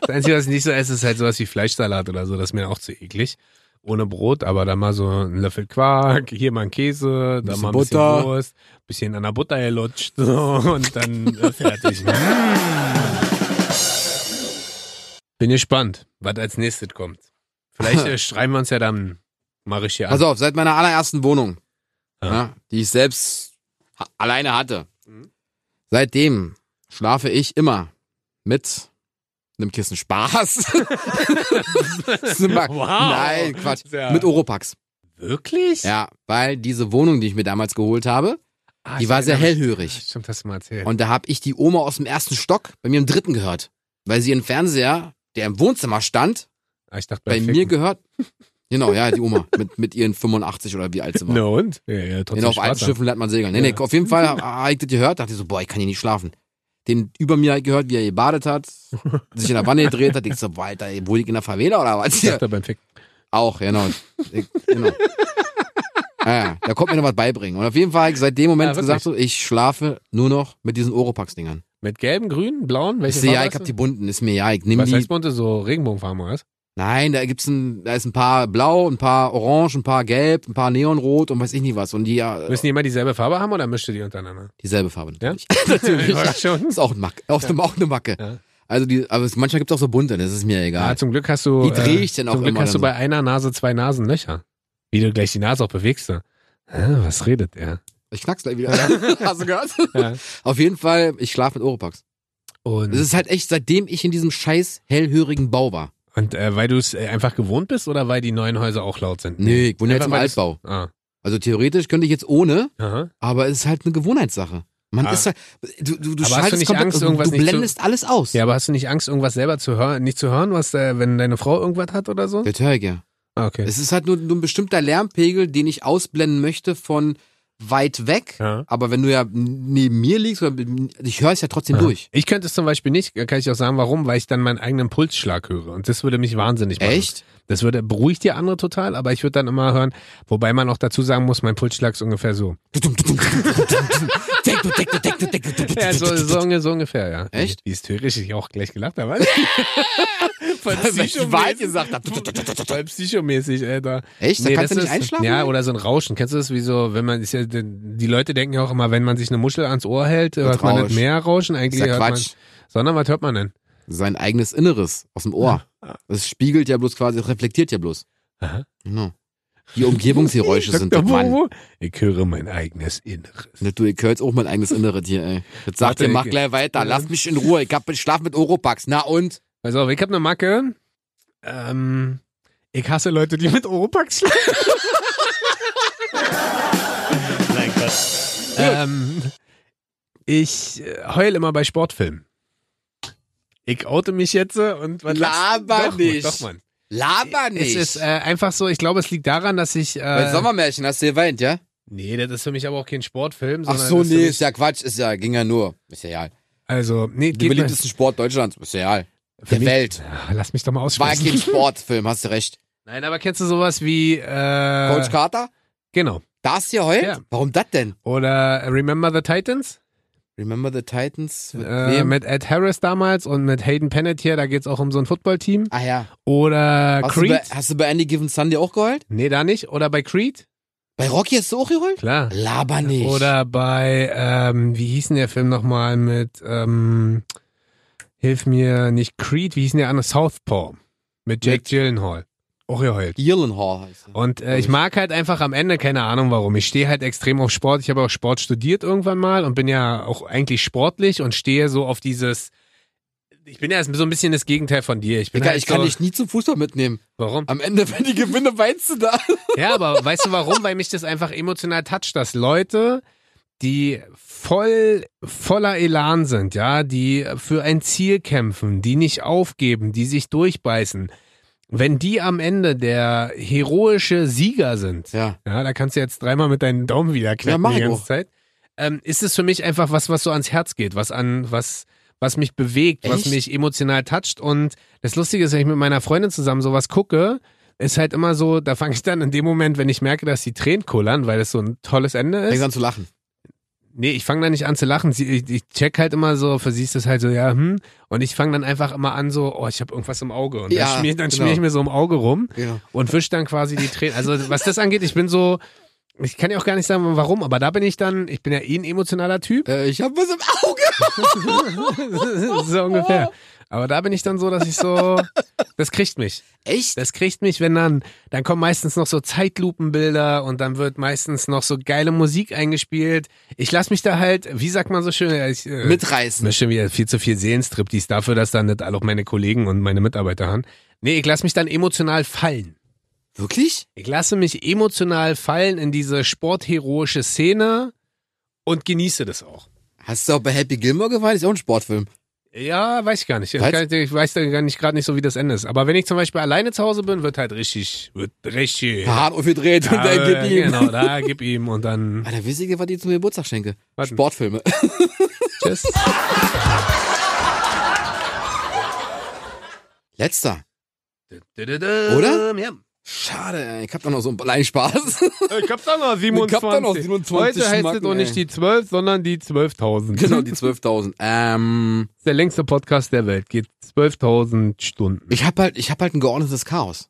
B: Das Einzige, was ich nicht so esse, ist halt sowas wie Fleischsalat oder so. Das ist mir auch zu eklig. Ohne Brot, aber da mal so ein Löffel Quark, hier mal ein Käse, da
A: Bisschen
B: mal ein bisschen
A: Butter.
B: Wurst, bisschen an der Butter gelutscht so, und dann
A: *laughs*
B: äh, fertig. Bin gespannt, was als nächstes kommt.
A: *laughs*
B: Vielleicht äh, schreiben wir uns ja dann mal richtig an.
A: Pass auf, seit meiner allerersten Wohnung,
B: Ja.
A: ja, die ich selbst ha- alleine hatte, seitdem schlafe ich immer mit einem Kissen Spaß. *laughs* Das ist eine Mack.
B: Wow.
A: Nein, Quatsch.
B: Ja.
A: Mit Oropax.
B: Wirklich?
A: Ja, weil diese Wohnung, die ich mir damals geholt habe,
B: Ah,
A: die
B: ich
A: war sehr
B: erinnere mich.
A: hellhörig.
B: Stimmt, hast du mal erzählt.
A: Und da habe ich die Oma aus dem ersten Stock bei mir im dritten gehört, weil sie ihren Fernseher, der im Wohnzimmer stand,
B: Ah, ich dachte,
A: bei
B: beim
A: mir
B: Ficken.
A: gehört. Genau, ja, die Oma mit, mit ihren 85 oder wie alt sie war.
B: Na und? Ja, ja,
A: Nee,
B: trotzdem
A: auf alten
B: Spaß haben.
A: Schiffen lernt man segeln. Nee,
B: Ja.
A: nee, auf jeden Fall habe ich das gehört, dachte ich so, boah, ich kann hier nicht schlafen. Den über mir hab ich gehört, wie er gebadet
B: *laughs*
A: hat, sich in der Wanne gedreht hat. Ich so, boah, Alter, ey, wohne ich in der Favela oder was?
B: Ich
A: Hier?
B: dachte, beim Ficken.
A: Auch, genau. Ich, genau.
B: *laughs*
A: Ja, ja, da kommt mir noch was beibringen. Und auf jeden Fall habe ich seit dem Moment
B: Ja, wirklich.
A: gesagt, so, ich schlafe nur noch mit diesen Oropax-Dingern.
B: Mit gelben, grünen, blauen? Welche
A: Ist mir ja,
B: Farbe
A: ich hab
B: hast
A: die
B: du?
A: bunten, ist mir ja, ich nehme
B: Was
A: die.
B: heißt bunte? So Regenbogenfarben, oder was?
A: Nein, da gibt's ein, da ist ein paar blau, ein paar orange, ein paar gelb, ein paar neonrot und weiß ich nicht was. Und die ja,
B: Müssen die immer dieselbe Farbe haben oder mischt ihr die untereinander?
A: dieselbe Farbe
B: Ja?
A: natürlich. *laughs*
B: *laughs*
A: natürlich.
B: Oder schon?
A: Ist auch, ein Mack, auch, auch eine Macke.
B: Ja.
A: Also die, aber es, manchmal gibt's auch so bunte, das ist mir
B: Ah,
A: egal.
B: zum Glück hast du.
A: Die
B: äh,
A: dreh ich denn auch
B: Zum Glück
A: immer
B: hast du
A: oder
B: bei einer Nase zwei Nasenlöcher. Wie du gleich die Nase auch bewegst. So. Hä, was redet der?
A: Ich knack's gleich wieder. *laughs* Hast du gehört?
B: Ja.
A: Auf jeden Fall, ich schlafe mit Oropax.
B: Und,
A: Das ist halt echt, seitdem ich in diesem scheiß hellhörigen Bau war.
B: und äh, weil du es äh, einfach gewohnt bist oder weil die neuen Häuser auch laut sind?
A: Nee, ich wohne jetzt
B: Einfach,
A: im
B: weil das-
A: Altbau.
B: Ah,
A: Also theoretisch könnte ich jetzt ohne,
B: aha.
A: aber es ist halt eine Gewohnheitssache. Man
B: Ah.
A: ist halt, du, du, du
B: Aber hast du
A: schaltest
B: nicht
A: komplett,
B: Angst,
A: du-
B: irgendwas
A: du
B: nicht zu-
A: blendest alles aus.
B: Ja, aber hast du nicht Angst, irgendwas selber zu hören, nicht zu hören, was, äh, wenn deine Frau irgendwas hat oder so?
A: Das höre ich ja.
B: Ah, okay.
A: Es ist halt nur, nur ein bestimmter Lärmpegel, den ich ausblenden möchte von weit weg.
B: Ja.
A: Aber wenn du ja neben mir liegst, oder, ich höre es ja trotzdem
B: Ja.
A: durch.
B: Ich könnte es zum Beispiel nicht, kann ich auch sagen, warum, weil ich dann meinen eigenen Pulsschlag höre. Und das würde mich wahnsinnig machen.
A: Echt?
B: Das würde, beruhigt die andere total, aber ich würde dann immer hören, wobei man auch dazu sagen muss, mein Pulsschlag ist ungefähr so. Ja, so, *laughs* so, unge- so ungefähr, ja.
A: Echt?
B: Wie hysterisch ich auch gleich gelacht habe.
A: *laughs*
B: Voll
A: Weil ich
B: psychomäßig.
A: weit gesagt *laughs* hab.
B: Voll psychomäßig, Alter.
A: Echt? Da
B: Nee,
A: kannst du
B: das
A: nicht
B: ist-
A: einschlafen?
B: Ja, oder so ein Rauschen. Kennst du das, wie so, wenn man, ist ja, die Leute denken ja auch immer, wenn man sich eine Muschel ans Ohr hält, hört man nicht
A: Rausch.
B: mehr Rauschen, eigentlich
A: Ist ja
B: hört man,
A: Quatsch.
B: sondern was hört man denn?
A: Sein eigenes Inneres aus dem Ohr. Das spiegelt ja bloß quasi, das reflektiert ja bloß.
B: Aha.
A: Genau. Die Umgebungsgeräusche
B: *laughs*
A: sind
B: Dr.
A: das, Mann.
B: Bobo, Ich höre mein eigenes Inneres.
A: Ne, Du, ihr hört auch mein eigenes Inneres hier, ey. Jetzt sagt
B: Warte,
A: ihr, mach
B: ich-
A: gleich weiter, lass mich in Ruhe, ich, hab, ich schlaf mit Oropax. Na und?
B: Pass auf, ich habe eine Macke. Ähm, ich hasse Leute, die mit
A: *laughs*
B: Oropax schlafen. Nein, Gott. Ähm, ich äh, heul immer bei Sportfilmen. Ich oute mich jetzt äh, und was
A: Laber
B: doch,
A: nicht.
B: Doch, Mann.
A: Laber nicht.
B: Es ist äh, einfach so, ich glaube, es liegt daran, dass ich.
A: Bei
B: Äh,
A: Sommermärchen hast du geweint, ja?
B: nee, das ist für mich aber auch kein Sportfilm.
A: Ach
B: sondern
A: so,
B: das ist für
A: nee,
B: mich-
A: ist ja Quatsch, ist ja, ging ja nur. Ist ja egal.
B: Also, nee,
A: Die
B: geht mir-
A: beliebtesten Sport Deutschlands, ist ja egal.
B: für
A: Der
B: mich-
A: Welt.
B: Ah, Lass mich doch mal
A: War
B: *laughs* aussprechen.
A: kein Sportfilm, hast du recht.
B: Nein, aber kennst du sowas wie. Äh,
A: Coach Carter?
B: Genau.
A: Da ist hier heult?
B: Ja.
A: Warum das denn?
B: Oder Remember the Titans?
A: Remember the Titans? Mit
B: Äh,
A: wem?
B: mit Ed Harris damals und mit Hayden Panettiere, da geht's auch um so ein Footballteam.
A: ah ja.
B: Oder
A: Hast du, bei,
B: Creed?
A: hast du bei Andy Given Sunday auch geheult?
B: Nee, da nicht. Oder bei Creed?
A: Bei Rocky hast du auch geheult?
B: Klar.
A: Laber nicht.
B: Oder bei, ähm, wie hieß denn der Film nochmal mit, ähm, hilf mir, nicht Creed, wie hieß denn der andere? Southpaw. Mit Jake
A: Mit-
B: Gyllenhaal. Auch geheult.
A: Gyllenhaal heißt er.
B: Und äh, ich mag halt einfach am Ende, keine Ahnung warum, ich stehe halt extrem auf Sport. Ich habe auch Sport studiert irgendwann mal und bin ja auch eigentlich sportlich und stehe so auf dieses ich bin ja so ein bisschen das Gegenteil von dir. Ich bin
A: Digga,
B: halt
A: ich kann
B: so,
A: dich nie zum Fußball mitnehmen.
B: Warum?
A: Am Ende, *laughs* wenn die gewinne, weinst du da.
B: Ja, aber weißt du warum? Weil mich das einfach emotional toucht, dass Leute, die voll voller Elan sind, ja, die für ein Ziel kämpfen, die nicht aufgeben, die sich durchbeißen, wenn die am Ende der heroische Sieger sind,
A: Ja.
B: ja, da kannst du jetzt dreimal mit deinen Daumen wieder knacken
A: mach
B: die
A: ich
B: ganze
A: auch.
B: Zeit. Ähm, ist es für mich einfach was, was so ans Herz geht, was an, was, was mich bewegt, was
A: Echt?
B: mich emotional toucht. Und das Lustige ist, wenn ich mit meiner Freundin zusammen sowas gucke, ist halt immer so, da fange ich dann in dem Moment, wenn ich merke, dass die Tränen kullern, weil das so ein tolles Ende
A: Fängst
B: ist.
A: an zu lachen.
B: Nee, ich fange da nicht an zu lachen. Sie, ich, ich check halt immer so, für sie ist das halt so, ja, hm. Und ich fange dann einfach immer an so, oh, ich habe irgendwas im Auge. Und
A: Ja,
B: dann schmier, dann
A: genau.
B: schmier ich mir so im Auge rum
A: Genau.
B: und wisch dann quasi die Tränen. Also was das angeht, ich bin so, ich kann ja auch gar nicht sagen, warum, aber da bin ich dann, ich bin ja eh ein emotionaler Typ, *laughs*
A: Äh, ich hab was im Auge.
B: so ungefähr. Aber da bin ich dann so, dass ich so, das kriegt mich.
A: Echt?
B: Das kriegt mich, wenn dann, dann kommen meistens noch so Zeitlupenbilder und dann wird meistens noch so geile Musik eingespielt. Ich lass mich da halt, wie sagt man so schön, ich, äh,
A: Mitreißen.
B: Mir schon wieder viel zu viel Seelenstrip, dies dafür, dass dann nicht alle auch meine Kollegen und meine Mitarbeiter haben. Nee, ich lass mich dann emotional fallen.
A: Wirklich?
B: Ich lasse mich emotional fallen in diese sportheroische Szene und genieße das auch.
A: Hast du auch bei Happy Gilmore geweint? Ist auch ein Sportfilm.
B: Ja, weiß ich gar nicht. Ich,
A: Was?
B: kann, ich weiß da gar nicht gerade nicht so, wie das Ende ist. Aber wenn ich zum Beispiel alleine zu Hause bin, wird halt richtig, wird richtig. *laughs*
A: Ja. Hart aufgedreht und dann
B: Ah, Ja,
A: gib ihm.
B: Genau, da gib ihm und dann
A: Alter, wisst ihr, was ich zum Geburtstag schenke?
B: Warten.
A: Sportfilme.
B: *laughs*
A: *laughs*
B: tschüss.
A: Letzter.
B: Oder? Ja.
A: Schade, ey. ich hab doch noch so einen kleinen Spaß.
B: Ich hab da noch
A: Ich hab da noch 27
B: Heute heißt es
A: Schmacken,
B: doch nicht
A: ey.
B: die 12, sondern die 12.000.
A: genau, die 12.000. Ähm,
B: Das ist der längste Podcast der Welt. Geht 12.000 Stunden.
A: ich hab halt, ich hab halt ein geordnetes Chaos.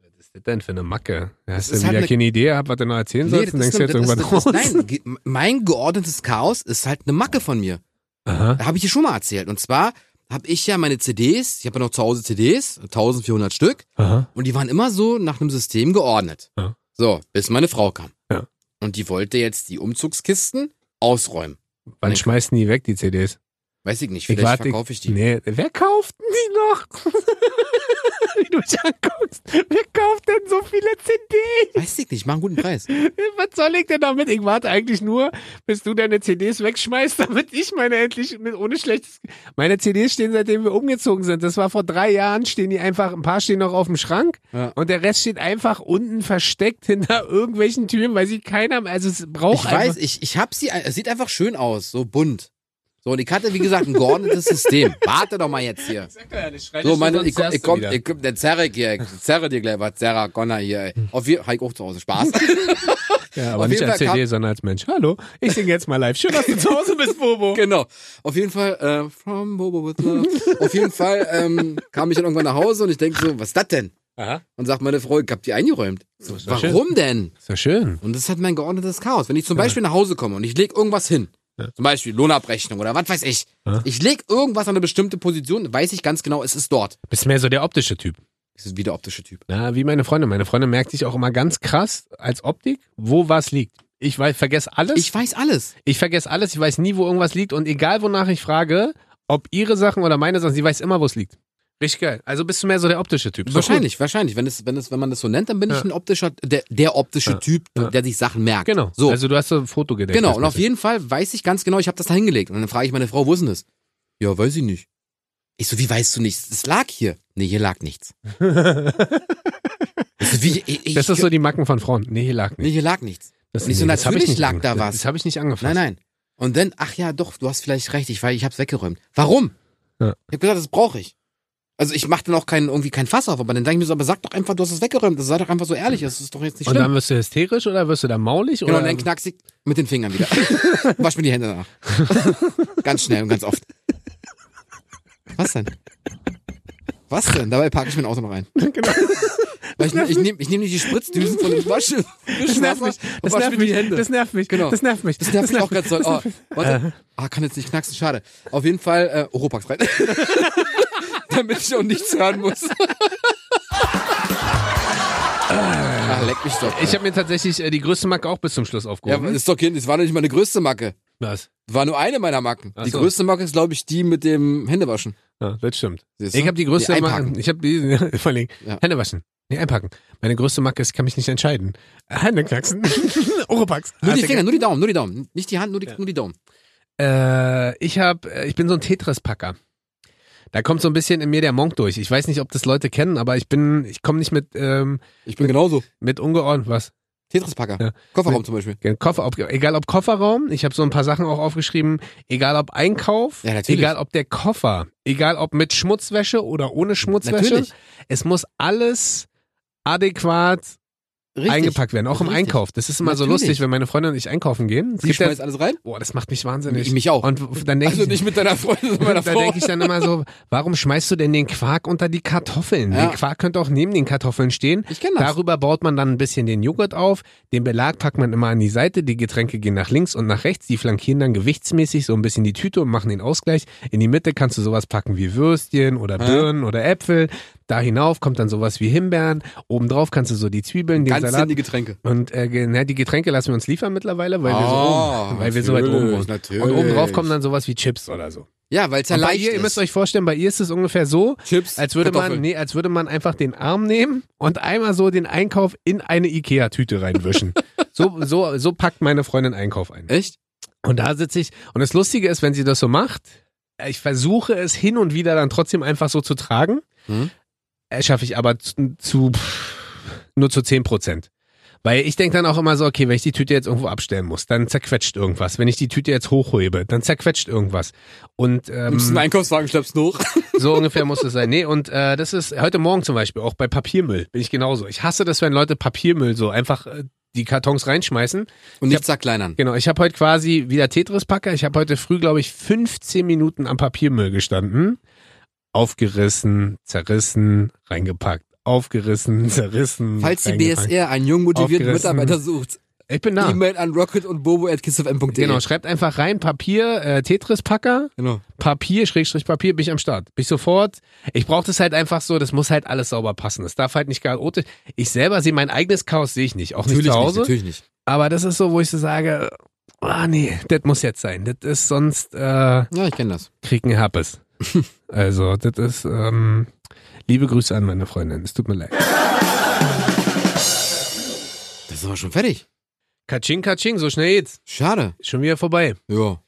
B: Was ist das denn für eine Macke? Hast du
A: ist
B: wieder
A: halt eine-
B: keine Idee gehabt, was du noch erzählen sollst und
A: das
B: denkst
A: ist
B: jetzt
A: eine-
B: irgendwann
A: das ist-
B: raus?
A: das ist- Nein, ge- mein geordnetes Chaos ist halt eine Macke von mir. *laughs*
B: Aha.
A: Da habe ich dir schon mal erzählt. Und zwar habe ich ja meine CDs, ich habe ja noch zu Hause CDs, 1400 Stück,
B: Aha.
A: und die waren immer so nach einem System geordnet.
B: Ja.
A: So, bis meine Frau kam.
B: Ja.
A: Und die wollte jetzt die Umzugskisten ausräumen.
B: Wann
A: Nee.
B: schmeißen die weg, die CDs?
A: Weiß ich nicht,
B: Ich
A: vielleicht
B: warte-
A: verkaufe ich die.
B: Nee, wer kauft denn die noch? *laughs* Wie du mich anguckst. Wer kauft denn so viele CDs?
A: Weiß ich nicht, mach einen guten Preis.
B: Was soll ich denn damit? Ich warte eigentlich nur, bis du deine CDs wegschmeißt, *laughs* damit ich meine endlich mit ohne schlechtes. Meine CDs stehen, seitdem wir umgezogen sind. Das war vor drei Jahren, stehen die einfach, ein paar stehen noch auf dem Schrank.
A: Ja.
B: Und der Rest steht einfach unten versteckt hinter *laughs* irgendwelchen Türen, weil sie keiner, also es braucht
A: Ich
B: einfach.
A: weiß, ich, ich hab sie, es sieht einfach schön aus, so bunt. So, und ich hatte, wie gesagt, ein geordnetes
B: *laughs*
A: System. Warte doch mal jetzt hier.
B: Sag doch ja nicht, schrei
A: So,
B: nicht
A: meine,
B: sonst
A: ich komm,
B: zerrst
A: ich
B: du
A: komm,
B: wieder.
A: ich komm, der zerre ich hier, ich zerre dir gleich was, Zerra, Connor hier, ey. Auf wir, Heik auch zu Hause,
B: *laughs*
A: Spaß. *laughs*
B: Ja, aber
A: Auf
B: nicht
A: jeden
B: als
A: Fall
B: CD, sondern als Mensch. Hallo, ich singe jetzt mal live. Schön, dass du zu Hause
A: *laughs*
B: bist, Bobo.
A: genau. Auf jeden Fall, äh, from Bobo with love. Auf jeden Fall ähm, kam ich dann irgendwann nach Hause und ich denke so, was ist das denn?
B: Aha.
A: Und sagt meine Frau, ich hab die eingeräumt. So,
B: ist doch
A: warum denn?
B: Ist ja schön.
A: Und das ist halt mein geordnetes Chaos. Wenn ich zum Beispiel nach Hause komme und ich leg irgendwas hin, zum Beispiel Lohnabrechnung oder was weiß ich,
B: Ja.
A: ich leg irgendwas an eine bestimmte Position, weiß ich ganz genau, es ist dort.
B: Bist mehr so der optische Typ.
A: Das ist wie der optische Typ.
B: Ja, wie meine Freundin. Meine Freundin merkt sich auch immer ganz krass als Optik, wo was liegt. Ich weiß, vergesse alles.
A: Ich weiß alles.
B: ich vergesse alles. Ich weiß nie, wo irgendwas liegt. Und egal, wonach ich frage, ob ihre Sachen oder meine Sachen, sie weiß immer, wo es liegt. Richtig geil. Also bist du mehr so der optische Typ. Ist doch gut.
A: Wahrscheinlich, wahrscheinlich. Wenn, es, wenn, es, wenn man das so nennt, dann bin
B: Ja.
A: ich ein optischer, der, der optische
B: Ja.
A: Typ,
B: Ja.
A: der sich Sachen merkt.
B: Genau.
A: So.
B: Also du hast so ein Foto gedeckt.
A: Genau, und auf jeden Fall weiß ich ganz genau, ich habe das da hingelegt. Und dann frage ich meine Frau, wo ist denn das? Ja, weiß ich nicht. Ich so, wie weißt du nicht? Es lag hier. Nee, hier lag
B: *laughs*
A: nichts. Ich so, wie, ich, ich,
B: Das ist so die Macken von Frauen. Nee, hier lag
A: nee,
B: nicht.
A: hier lag nichts.
B: Das,
A: nicht so,
B: das hab ich
A: natürlich lag
B: ange-
A: da was.
B: Das habe ich nicht angefasst.
A: Nein, nein. Und dann, ach ja, doch, du hast vielleicht recht, ich, war- ich hab's weggeräumt. Warum?
B: Ja.
A: Ich habe gesagt, das brauche ich. Also ich mache dann auch keinen, irgendwie kein Fass auf, aber dann denke ich mir so, aber sag doch einfach, du hast es weggeräumt. Das sei doch einfach so ehrlich, das ist doch jetzt nicht
B: Und dann
A: schlimm.
B: wirst du hysterisch oder wirst du da maulig?
A: Genau,
B: Oder?
A: und dann
B: *laughs*
A: knackst ich mit den Fingern wieder. Wasch mir die Hände nach.
B: *laughs*
A: ganz schnell und ganz oft. Was denn? Was denn? Dabei packe ich mein Auto noch ein.
B: *laughs* Genau.
A: Weil ich ich nehme ich nehm nicht die Spritzdüsen von dem Wasche.
B: Das nervt mich. Das nervt mich.
A: Oh, Die Hände.
B: Das nervt mich.
A: Genau.
B: Das nervt mich.
A: Das nervt mich auch ganz doll.
B: *laughs*
A: Oh,
B: das nervt mich.
A: warte. Ah, kann jetzt nicht knacksen, schade. Auf jeden Fall äh, Oropax rein. *laughs* Damit ich auch nichts hören muss. ah, leck mich doch. Ah,
B: Ich habe mir tatsächlich äh, die größte Macke auch bis zum Schluss
A: ja,
B: aufgehoben.
A: aber ist doch kein, das war doch nicht meine größte Macke.
B: Was?
A: War nur eine meiner Macken.
B: Ach
A: die
B: so.
A: größte Macke ist, glaube ich, die mit dem Händewaschen.
B: Ja, das stimmt.
A: Siehst du?
B: Ich habe die größte
A: Die
B: Macke.
A: einpacken.
B: Ich habe die, *laughs* vor allem,
A: Ja.
B: Hände waschen. Nee, einpacken. Meine größte Macke ist, ich kann mich nicht entscheiden. Äh, Hände *laughs* knacksen. Oropax.
A: nur die
B: Hast du
A: Finger, nur die Daumen, nur die Daumen. Nicht die Hand, nur die,
B: Ja.
A: nur die Daumen.
B: Äh, ich hab, äh, ich bin so ein Tetris-Packer. Da kommt so ein bisschen in mir der Monk durch. Ich weiß nicht, ob das Leute kennen, aber ich bin, ich komme nicht mit, ähm,
A: Ich bin genauso.
B: mit ungeordnet was.
A: Tetris-Packer.
B: Ja.
A: Kofferraum zum Beispiel.
B: Koffer, ob, egal ob Kofferraum, ich habe so ein paar Sachen auch aufgeschrieben, egal ob Einkauf,
A: Ja, natürlich.
B: egal ob der Koffer, egal ob mit Schmutzwäsche oder ohne Schmutzwäsche.
A: Natürlich.
B: Es muss alles adäquat
A: Richtig.
B: eingepackt werden, auch im
A: Richtig.
B: Einkauf. Das ist immer so
A: Natürlich.
B: lustig, wenn meine Freundin und ich einkaufen gehen. Es
A: Sie
B: gibt
A: schmeißt
B: ja,
A: alles rein?
B: boah, das macht mich wahnsinnig.
A: Ich mich auch.
B: Und dann denke
A: also
B: ich,
A: nicht mit deiner Freundin, sondern meiner
B: *laughs* da
A: Frau.
B: denke ich dann immer so, warum schmeißt du denn den Quark unter die Kartoffeln?
A: Ja.
B: Den Quark könnte auch neben den Kartoffeln stehen.
A: Ich kenne das.
B: Darüber baut man dann ein bisschen den Joghurt auf, den Belag packt man immer an die Seite, die Getränke gehen nach links und nach rechts, die flankieren dann gewichtsmäßig so ein bisschen die Tüte und machen den Ausgleich. In die Mitte kannst du sowas packen wie Würstchen oder
A: Ja.
B: Birnen oder Äpfel. Da hinauf kommt dann sowas wie Himbeeren. Obendrauf kannst du so die Zwiebeln, den
A: Ganz
B: Salat.
A: in die Getränke.
B: Und äh, ge- na, die Getränke lassen wir uns liefern mittlerweile, weil wir so,
A: Ah,
B: oben, weil wir so weit oben wohnen.
A: natürlich,
B: Und obendrauf
A: natürlich.
B: kommen dann sowas wie Chips oder so.
A: Ja, weil es ja
B: Und bei
A: leicht
B: ihr,
A: ist.
B: ihr müsst euch vorstellen, bei ihr ist es ungefähr so,
A: Chips,
B: als würde man,
A: Kartoffeln.
B: nee, als würde man einfach den Arm nehmen und einmal so den Einkauf in eine
A: *laughs*
B: Ikea-Tüte reinwischen. so, so, so packt meine Freundin Einkauf ein.
A: Echt?
B: Und da sitze ich, und das Lustige ist, wenn sie das so macht, äh, ich versuche es hin und wieder dann trotzdem einfach so zu tragen,
A: Mhm.
B: äh, schaffe ich aber zu, zu pff, nur zu 10 Prozent. Weil ich denke dann auch immer so, okay, wenn ich die Tüte jetzt irgendwo abstellen muss, dann zerquetscht irgendwas. Wenn ich die Tüte jetzt hochhebe, dann zerquetscht irgendwas. Und ähm,
A: Nimmst einen Einkaufswagen, schleppst ihn hoch.
B: so ungefähr muss es sein. Nee, und äh, das ist heute Morgen zum Beispiel, auch bei Papiermüll, bin ich genauso. Ich hasse das, wenn Leute Papiermüll so einfach äh, die Kartons reinschmeißen.
A: *laughs* Und
B: Ich
A: nicht zerkleinern.
B: Genau, ich habe heute quasi wieder Tetris-Packer. Ich habe heute früh, glaube ich, 15 Minuten am Papiermüll gestanden. Aufgerissen, zerrissen, reingepackt. Aufgerissen, zerrissen.
A: Falls die
B: reingepackt.
A: BSR einen jungen, motivierten
B: Aufgerissen.
A: Mitarbeiter sucht,
B: Ich bin da.
A: E-Mail an rocket und bobo at kissfm.de.
B: Genau, schreibt einfach rein Papier, äh, Tetris-Packer.
A: genau.
B: Papier, Schrägstrich Papier, bin ich am Start. Bin ich sofort. Ich brauche das halt einfach so, das muss halt alles sauber passen. Das darf halt nicht chaotisch. Ich selber sehe mein eigenes Chaos, sehe ich nicht. Auch nicht
A: Natürlich
B: zu
A: nicht,
B: Hause.
A: natürlich nicht.
B: aber das ist so, wo ich so sage, ah nee, das muss jetzt sein. Das ist sonst äh,
A: Ja, ich kenne das. *laughs*
B: kriegen Herpes. also, das ist ähm, liebe Grüße an meine Freundin. Es tut mir leid.
A: Das ist aber schon fertig.
B: Katsching, katsching, so schnell geht's.
A: Schade.
B: Schon wieder vorbei.
A: Ja.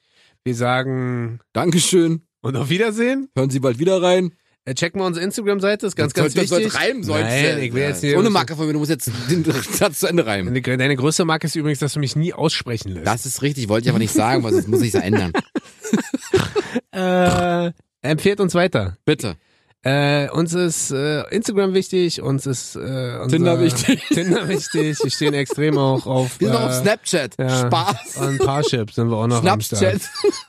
B: Wir sagen
A: Dankeschön.
B: und auf Wiedersehen.
A: Hören Sie bald wieder rein.
B: Äh, Checken wir unsere Instagram-Seite, ist ganz,
A: Das
B: ganz
A: sollte- das
B: wichtig.
A: sollte reimen, sollte.
B: Nein, ich will jetzt
A: ja,
B: hier
A: Ohne Marke von mir, du musst jetzt *laughs* den Satz zu Ende reimen.
B: Deine, deine größte Marke ist übrigens, dass du mich nie aussprechen lässt.
A: Das ist richtig, wollte ich aber nicht sagen, weil sonst muss ich es ändern.
B: äh, empfehlt uns weiter.
A: Bitte.
B: Äh, uns ist äh, Instagram wichtig, uns ist äh, unser,
A: Tinder wichtig.
B: *laughs* Tinder wichtig. Wir stehen extrem auch auf,
A: Wir sind
B: äh,
A: noch auf Snapchat.
B: ja.
A: Spaß.
B: Und Parship sind wir auch noch am Start.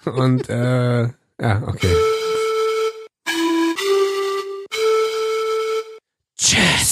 A: Snapchat.
B: Und äh, ja, okay. Tschüss.